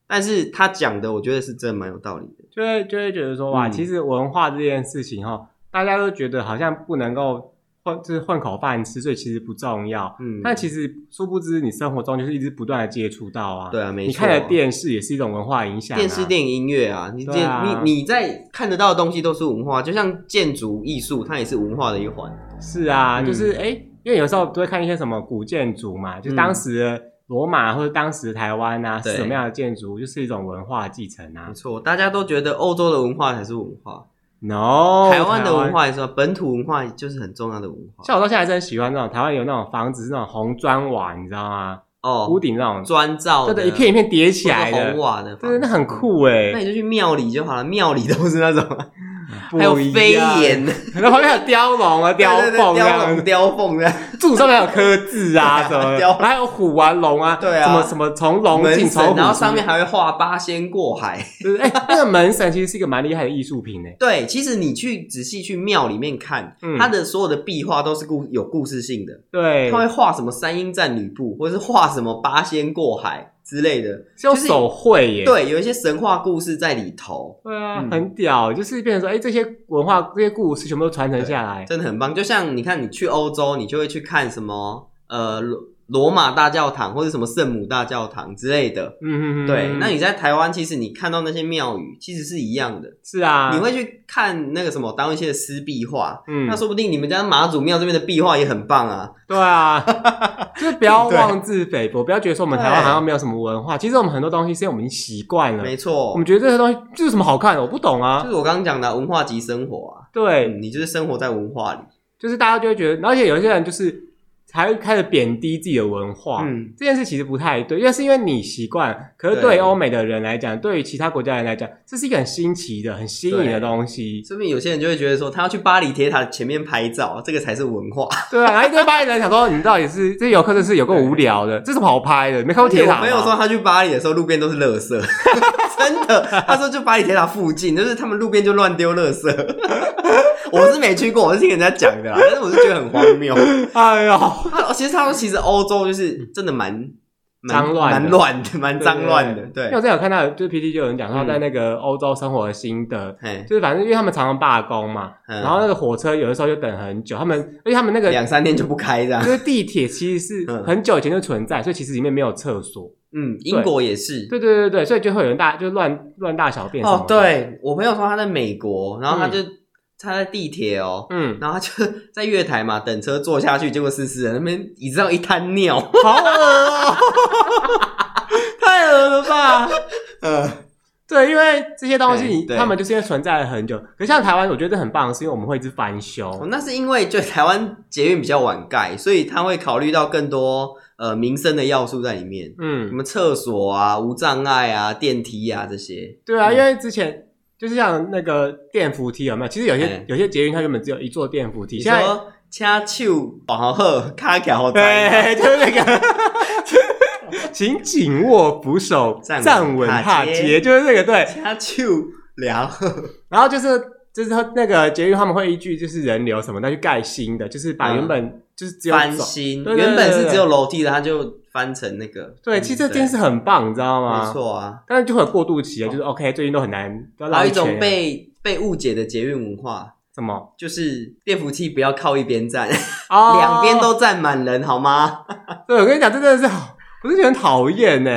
Speaker 2: 但是他讲的我觉得是真的蛮有道理的。
Speaker 1: 就会就会觉得说哇，
Speaker 2: 嗯
Speaker 1: 其实文化这件事情哈，大家都觉得好像不能够混，就是混口饭吃，所以其实不重要。
Speaker 2: 嗯，
Speaker 1: 但其实殊不知，你生活中就是一直不断的接触到啊。
Speaker 2: 对，啊，没错。
Speaker 1: 你看的电视也是一种文化影响啊。
Speaker 2: 电视、电影、音乐啊，你
Speaker 1: 对
Speaker 2: 电、
Speaker 1: 啊
Speaker 2: 你你在看得到的东西都是文化，就像建筑艺术，它也是文化的一环。
Speaker 1: 是啊，
Speaker 2: 嗯
Speaker 1: 就是哎、诶因为有时候都会看一些什么古建筑嘛，就是当时的罗马或者当时的台湾啊，是
Speaker 2: 对
Speaker 1: 什么样的建筑，就是一种文化继承啊
Speaker 2: 没。错，大家都觉得欧洲的文化才是文化，
Speaker 1: No，
Speaker 2: 台湾的文化来说，本土文化就是很重要的文化。
Speaker 1: 像我到现在还是很喜欢那种台湾有那种房子是那种红砖瓦，你知道吗？
Speaker 2: 哦
Speaker 1: 屋，顶那种，
Speaker 2: 砖造
Speaker 1: 对
Speaker 2: 的，
Speaker 1: 对，一片一片叠起
Speaker 2: 或者
Speaker 1: 来
Speaker 2: 红
Speaker 1: 的，
Speaker 2: 瓦的，
Speaker 1: 对，那很。酷哎
Speaker 2: 那，你就去庙里就好了，庙里都是那种，
Speaker 1: 不
Speaker 2: 还有
Speaker 1: 一
Speaker 2: 飞
Speaker 1: 样，，
Speaker 2: 檐
Speaker 1: 然后旁边还有雕龙啊、雕
Speaker 2: 对对对
Speaker 1: 凤这
Speaker 2: 雕
Speaker 1: 样
Speaker 2: 龙、
Speaker 1: 子，
Speaker 2: 雕凤这样，
Speaker 1: 柱上面还有刻字啊什么
Speaker 2: 雕
Speaker 1: 的，还有虎啊、龙啊，
Speaker 2: 对啊
Speaker 1: 什么什么从龙
Speaker 2: 门
Speaker 1: 进从
Speaker 2: 神，
Speaker 1: 虎
Speaker 2: 然后
Speaker 1: 出
Speaker 2: 上面还会画八仙过海。
Speaker 1: 对哎，那个门神其实是一个蛮厉害的艺术品哎，
Speaker 2: 对，其实你去仔细去庙里面看，
Speaker 1: 嗯
Speaker 2: 它的所有的壁画都是故有故事性的，
Speaker 1: 对
Speaker 2: 它，会画什么三英战吕布，或是画什么八仙过海之类的，
Speaker 1: 是用
Speaker 2: 就是
Speaker 1: 手绘耶，
Speaker 2: 对，有一些神话故事在里头，
Speaker 1: 对啊，
Speaker 2: 嗯
Speaker 1: 很屌，就是变成说，哎、这些文化、这些故事全部都传承下来。
Speaker 2: 真的很棒。就像你看，你去欧洲，你就会去看什么呃罗罗马大教堂或者什么圣母大教堂之类的。
Speaker 1: 嗯嗯嗯，
Speaker 2: 对，
Speaker 1: 嗯
Speaker 2: 那你在台湾，其实你看到那些庙宇，其实是一样的。
Speaker 1: 是啊，
Speaker 2: 你会去看那个什么达文西的湿壁画，
Speaker 1: 嗯
Speaker 2: 那，说不定你们家马祖庙这边的壁画也很棒啊。
Speaker 1: 对 啊，就是不要
Speaker 2: 对
Speaker 1: 妄自菲薄，不要觉得说我们台湾好像没有什么文化。其实我们很多东西是因为我们已经习惯了，
Speaker 2: 没错，
Speaker 1: 我们觉得这些东西这有什么好看的，我不懂啊
Speaker 2: 就。是我刚刚讲的啊文化及生活啊，
Speaker 1: 对，
Speaker 2: 嗯你就是生活在文化里。
Speaker 1: 就是大家就会觉得，而且有些人就是还会开始贬低自己的文化。
Speaker 2: 嗯，
Speaker 1: 这件事其实不太对，因为是因为你习惯，可是对
Speaker 2: 对
Speaker 1: 欧美的人来讲，对于其他国家人来讲，这是一个很新奇的、很新颖的
Speaker 2: 对
Speaker 1: 东西。
Speaker 2: 说不定有些人就会觉得说，他要去巴黎铁塔前面拍照，这个才是文化。
Speaker 1: 对啊，然后一堆巴黎人想说，你到底是这游客真是有够无聊的，这什么好拍的？没看过哦铁塔 啊吗？
Speaker 2: 我朋友说他去巴黎的时候，路边都是垃圾， 真的。他说就巴黎铁塔附近，就是他们路边就乱丢垃圾。 我是没去过，我是听人家讲的啦，但是我是觉得很荒谬。
Speaker 1: 哎呦，
Speaker 2: 他其实他说，其实欧洲就是真的蛮
Speaker 1: 嗯
Speaker 2: 蛮
Speaker 1: 脏乱的
Speaker 2: 蛮乱的， 蛮脏乱的。对
Speaker 1: 因为，我之前有看到，就是 PT 就有人讲说
Speaker 2: 嗯
Speaker 1: 在那个欧洲生活的心得，
Speaker 2: 嘿
Speaker 1: 就是反正因为他们常常罢工嘛，
Speaker 2: 嗯
Speaker 1: 然后那个火车有的时候就等很久，他们而且他们那个
Speaker 2: 两三天就不开这样
Speaker 1: 就。是地铁其实是
Speaker 2: 嗯
Speaker 1: 很久以前就存在，所以其实里面没有厕所。
Speaker 2: 嗯，英国也是。
Speaker 1: 对对对对，所以就会有人大就乱乱大小便什么
Speaker 2: 哦，
Speaker 1: 的，
Speaker 2: 对我朋友说他在美国，然后他就、他在地铁哦，
Speaker 1: 嗯，
Speaker 2: 然后他就在月台嘛等车坐下去，结果思思人那边椅子上一 滩 尿，
Speaker 1: 好恶哦，太恶了 吧。嗯
Speaker 2: 呃，
Speaker 1: 对，因为这些东西
Speaker 2: 对
Speaker 1: 你，
Speaker 2: 对
Speaker 1: 他们就是因为存在了很久。可是像台湾，我觉得很棒，是因为我们会一直翻修。
Speaker 2: 哦那是因为就台湾捷运比较晚盖，所以他会考虑到更多呃民生的要素在里面，什
Speaker 1: 嗯，
Speaker 2: 么厕所啊、无障碍啊、电梯啊这些。
Speaker 1: 对啊，
Speaker 2: 嗯
Speaker 1: 因为之前就是像那个电扶梯有没有？其实有些、
Speaker 2: 哎
Speaker 1: 有些捷运它原本只有一座电扶梯，
Speaker 2: 你
Speaker 1: 现在
Speaker 2: 说掐手往后卡卡好在。
Speaker 1: 对，就是那个， 请紧握扶手，
Speaker 2: 站稳
Speaker 1: 站稳踏
Speaker 2: 踏阶
Speaker 1: 阶，就是那个对。
Speaker 2: 掐手 然后
Speaker 1: 然后就是就是它那个捷运他们会依据就是人流什么，那去盖新的，就是把
Speaker 2: 嗯
Speaker 1: 原本就是只有
Speaker 2: 翻
Speaker 1: 走。
Speaker 2: 新，
Speaker 1: 对对对
Speaker 2: 原本是
Speaker 1: 对
Speaker 2: 只有楼梯的，他就翻成那个。
Speaker 1: 对，
Speaker 2: 嗯
Speaker 1: 其实这件事很棒，你知道
Speaker 2: 对
Speaker 1: 吗？
Speaker 2: 没。错啊。
Speaker 1: 但是就会有过渡期啊，就是 OK，最近都很难，都要
Speaker 2: 哦还
Speaker 1: 绕
Speaker 2: 有一
Speaker 1: 圈
Speaker 2: 种
Speaker 1: 啊
Speaker 2: 被被误解的捷运文化，
Speaker 1: 什么？
Speaker 2: 就是电扶梯不要靠一边站，
Speaker 1: 哦
Speaker 2: 两边都站满人，好吗？
Speaker 1: 对。我跟你讲，这真的是好，我是觉得很讨厌呢。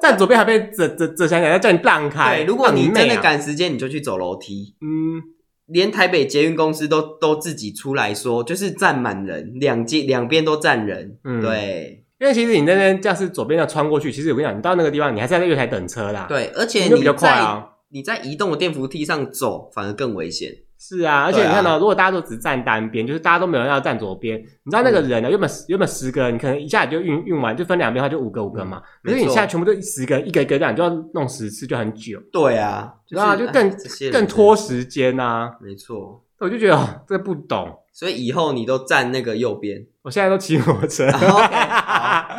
Speaker 1: 站左边还被折折折想想要叫你让开，
Speaker 2: 对，如果你
Speaker 1: 让妹啊
Speaker 2: 真的，赶时间，你就去走楼梯。
Speaker 1: 嗯，
Speaker 2: 连台北捷运公司都都自己出来说，就是站满人，两街两边都站人。
Speaker 1: 嗯
Speaker 2: 对
Speaker 1: 因为其实你那边这样是左边要穿过去，其实我跟你讲，你到那个地方，你还是要在月台等车啦。，
Speaker 2: 对，而且
Speaker 1: 就
Speaker 2: 你
Speaker 1: 比较快
Speaker 2: 在、
Speaker 1: 啊。
Speaker 2: 你在移动的电扶梯上走，反而更危险。
Speaker 1: 是啊，而且
Speaker 2: 对
Speaker 1: 你
Speaker 2: 啊
Speaker 1: 看到，如果大家都只站单边，就是大家都没有人要站左边，你知道那个人呢，啊原本原本十个人，你可能一下子就运运完，就分两边，他就五个五个嘛。可
Speaker 2: 嗯没
Speaker 1: 是你
Speaker 2: 错
Speaker 1: 现在全部都十个，一个一个这样，你就要弄十次，就很久，
Speaker 2: 对啊，是
Speaker 1: 然后就更
Speaker 2: 哎这些人
Speaker 1: 更拖时间呐。
Speaker 2: 真的。没错，
Speaker 1: 我就觉得哦这不懂，
Speaker 2: 所以以后你都站那个右边。
Speaker 1: 我现在都骑摩托车。
Speaker 2: OK，好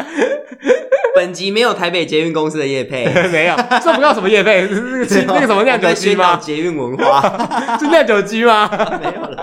Speaker 2: 本集没有台北捷运公司的业配。
Speaker 1: 没有，这不叫什么夜费， 是那个
Speaker 2: 对哦
Speaker 1: 那个什么酿酒机
Speaker 2: 我
Speaker 1: 吗
Speaker 2: 在宣导？捷运文化
Speaker 1: 是酿酒机吗？
Speaker 2: 没有了。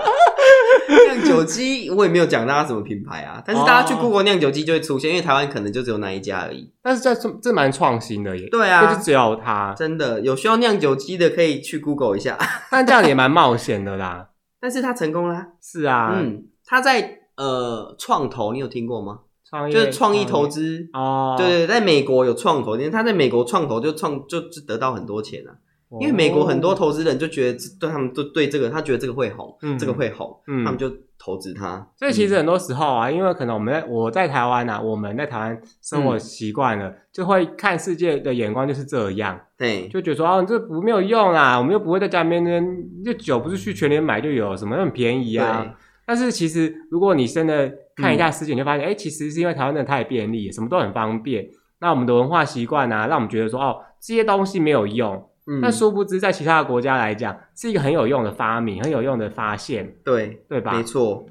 Speaker 2: 酿酒机我也没有讲大家什么品牌啊，但是大家去
Speaker 1: 哦
Speaker 2: Google 酿酒机就会出现，因为台湾可能就只有那一家而已。
Speaker 1: 但是这这这蛮创新的耶，这
Speaker 2: 对
Speaker 1: 就
Speaker 2: 啊，
Speaker 1: 只有它，
Speaker 2: 真的有需要酿酒机的可以去 Google 一下。
Speaker 1: 但这样也蛮冒险的啦。
Speaker 2: 但是他成功啦，
Speaker 1: 是啊，
Speaker 2: 嗯，他在呃创投，你有听过吗？
Speaker 1: 创业
Speaker 2: 就是创意投资。
Speaker 1: 嗯哦，
Speaker 2: 对对，对在美国有创投，因为他在美国创投就创就就得到很多钱啊，
Speaker 1: 哦
Speaker 2: 因为美国很多投资人就觉得这对他们都对这个，他觉得这个会红，
Speaker 1: 嗯
Speaker 2: 这个会红，
Speaker 1: 嗯
Speaker 2: 他们嗯就投资它。
Speaker 1: 所以其实很多时候啊，因为可能我们在我在台湾啊，我们在台湾生
Speaker 2: 嗯
Speaker 1: 活习惯了，就会看世界的眼光就是这样，
Speaker 2: 对，
Speaker 1: 就觉得说啊，这不没有用啊啦，我们又不会在家里面呢，这酒不是去全联买就有，什么很便宜啊。但是其实如果你真的看一下世界，你就
Speaker 2: 嗯
Speaker 1: 发现，哎、其实是因为台湾真的太便利，什么都很方便。那我们的文化习惯啊，让我们觉得说，哦，这些东西没有用。
Speaker 2: 对，
Speaker 1: 但殊不知，在其他的国家来讲，是一个很有用的发明，很有用的发现，
Speaker 2: 嗯、对，
Speaker 1: 对吧
Speaker 2: 没？错。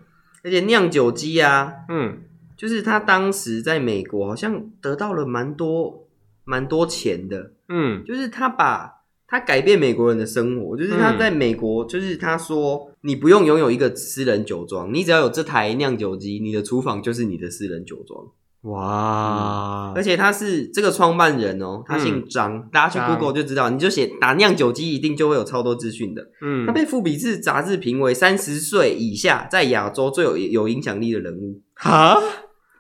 Speaker 2: 而且酿酒机啊，
Speaker 1: 嗯，
Speaker 2: 就是他当时在美国好像得到了蛮多蛮多钱的，
Speaker 1: 嗯，
Speaker 2: 就是他把他改变美国人的生活，就是他
Speaker 1: 嗯
Speaker 2: 在美国，就是他说你不用拥有一个私人酒庄，你只要有这台酿酒机，你的厨房就是你的私人酒庄。
Speaker 1: 哇，
Speaker 2: 而且他是这个创办人哦，他姓张，大家去
Speaker 1: 嗯张
Speaker 2: Google 就知道，你就写打酿酒机，一定就会有超多资讯的。
Speaker 1: 嗯
Speaker 2: 他，被《富比士》杂志评为三十岁以下在亚洲最有有影响力的人物。
Speaker 1: 哈，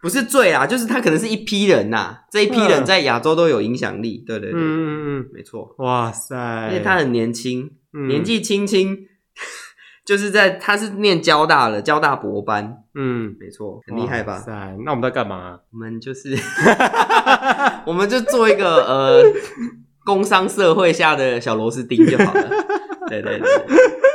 Speaker 2: 不是最啦，就是他可能是一批人呐、这一批人在亚洲都有影响力。对对
Speaker 1: 嗯
Speaker 2: 对，
Speaker 1: 嗯嗯，
Speaker 2: 没错。
Speaker 1: 哇塞，嗯而
Speaker 2: 而且他很年轻，年
Speaker 1: 年，
Speaker 2: 纪轻轻，就是在他是念交大的，交大博班，
Speaker 1: 嗯，
Speaker 2: 没错，很厉害
Speaker 1: 哇
Speaker 2: 吧？
Speaker 1: 塞，那我们在干嘛？啊
Speaker 2: 我们就是， 我们就做一个呃，工商社会下的小螺丝钉就好了。对对对，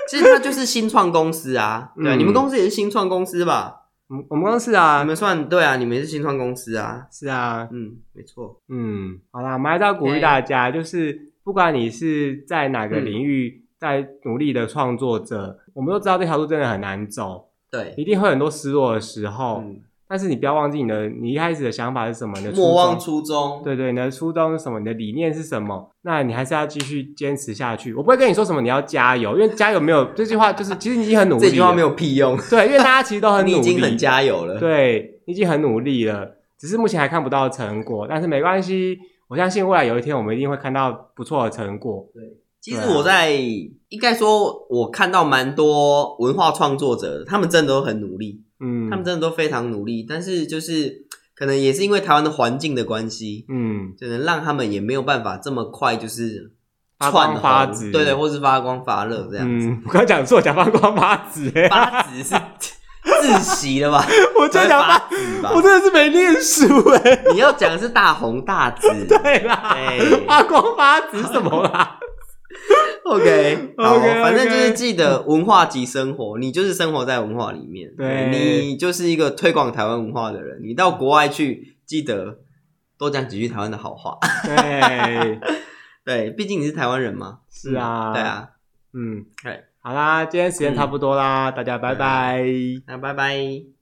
Speaker 2: 其实他就是新创公司啊，对啊，
Speaker 1: 嗯
Speaker 2: 你们公司也是新创公司吧？
Speaker 1: 我们我们公司啊
Speaker 2: 你，们算对啊，你们也是新创公司啊。
Speaker 1: 是啊，
Speaker 2: 嗯，没错，
Speaker 1: 嗯，好啦，我们还是要鼓励大家，就是不管你是在哪
Speaker 2: 嗯
Speaker 1: 个领域在努力的创作者，我们都知道这条路真的很难走，
Speaker 2: 对，
Speaker 1: 一定会有很多失落的时候。
Speaker 2: 嗯，
Speaker 1: 但是你不要忘记你的，你一开始的想法是什么，你的
Speaker 2: 莫忘
Speaker 1: 衷，
Speaker 2: 初衷，
Speaker 1: 对对，你的初衷是什么，你的理念是什么，那你还是要继续坚持下去。我不会跟你说什么你要加油，因为加油没有这句话，就是其实你已经很努力了。
Speaker 2: 这句话没有屁用，
Speaker 1: 对，因为大家其实都很
Speaker 2: 你
Speaker 1: 努
Speaker 2: 已经
Speaker 1: 力，
Speaker 2: 很加油了。，
Speaker 1: 对，你已经很努力了，只是目前还看不到成果，但是没关系，我相信未来有一天我们一定会看到不错的成果。
Speaker 2: 其实
Speaker 1: 对啊
Speaker 2: 我在应该说，我看到蛮多文化创作者，他们真的都很努力，
Speaker 1: 嗯，
Speaker 2: 他们真的都非常努力，但是就是可能也是因为台湾的环境的关系，
Speaker 1: 嗯，
Speaker 2: 就能让他们也没有办法这么快就是
Speaker 1: 发
Speaker 2: 窜
Speaker 1: 光
Speaker 2: 红
Speaker 1: 发紫
Speaker 2: 对对，或是发光发热这样子。
Speaker 1: 嗯，我刚讲错，讲发光发紫、欸，
Speaker 2: 发紫是 自习了吧？
Speaker 1: 我 真的讲
Speaker 2: 发
Speaker 1: 发，
Speaker 2: 紫吧
Speaker 1: 我？真的是没念书哎、欸，
Speaker 2: 你要讲的是大红大紫。
Speaker 1: 对啦，
Speaker 2: 对
Speaker 1: 发光发紫是什么啦？
Speaker 2: OK，好
Speaker 1: OK，OK
Speaker 2: 反正就是记得文化及生活，你就是生活在文化里面，
Speaker 1: 对
Speaker 2: 你就是一个推广台湾文化的人。你到国外去，记得多讲几句台湾的好话。
Speaker 1: 对，
Speaker 2: 对，毕竟你是台湾人嘛。
Speaker 1: 是啊
Speaker 2: 嗯对啊。
Speaker 1: 嗯
Speaker 2: 对，啊
Speaker 1: 好啦，今天时间差不多啦，大家拜拜。
Speaker 2: 那拜拜。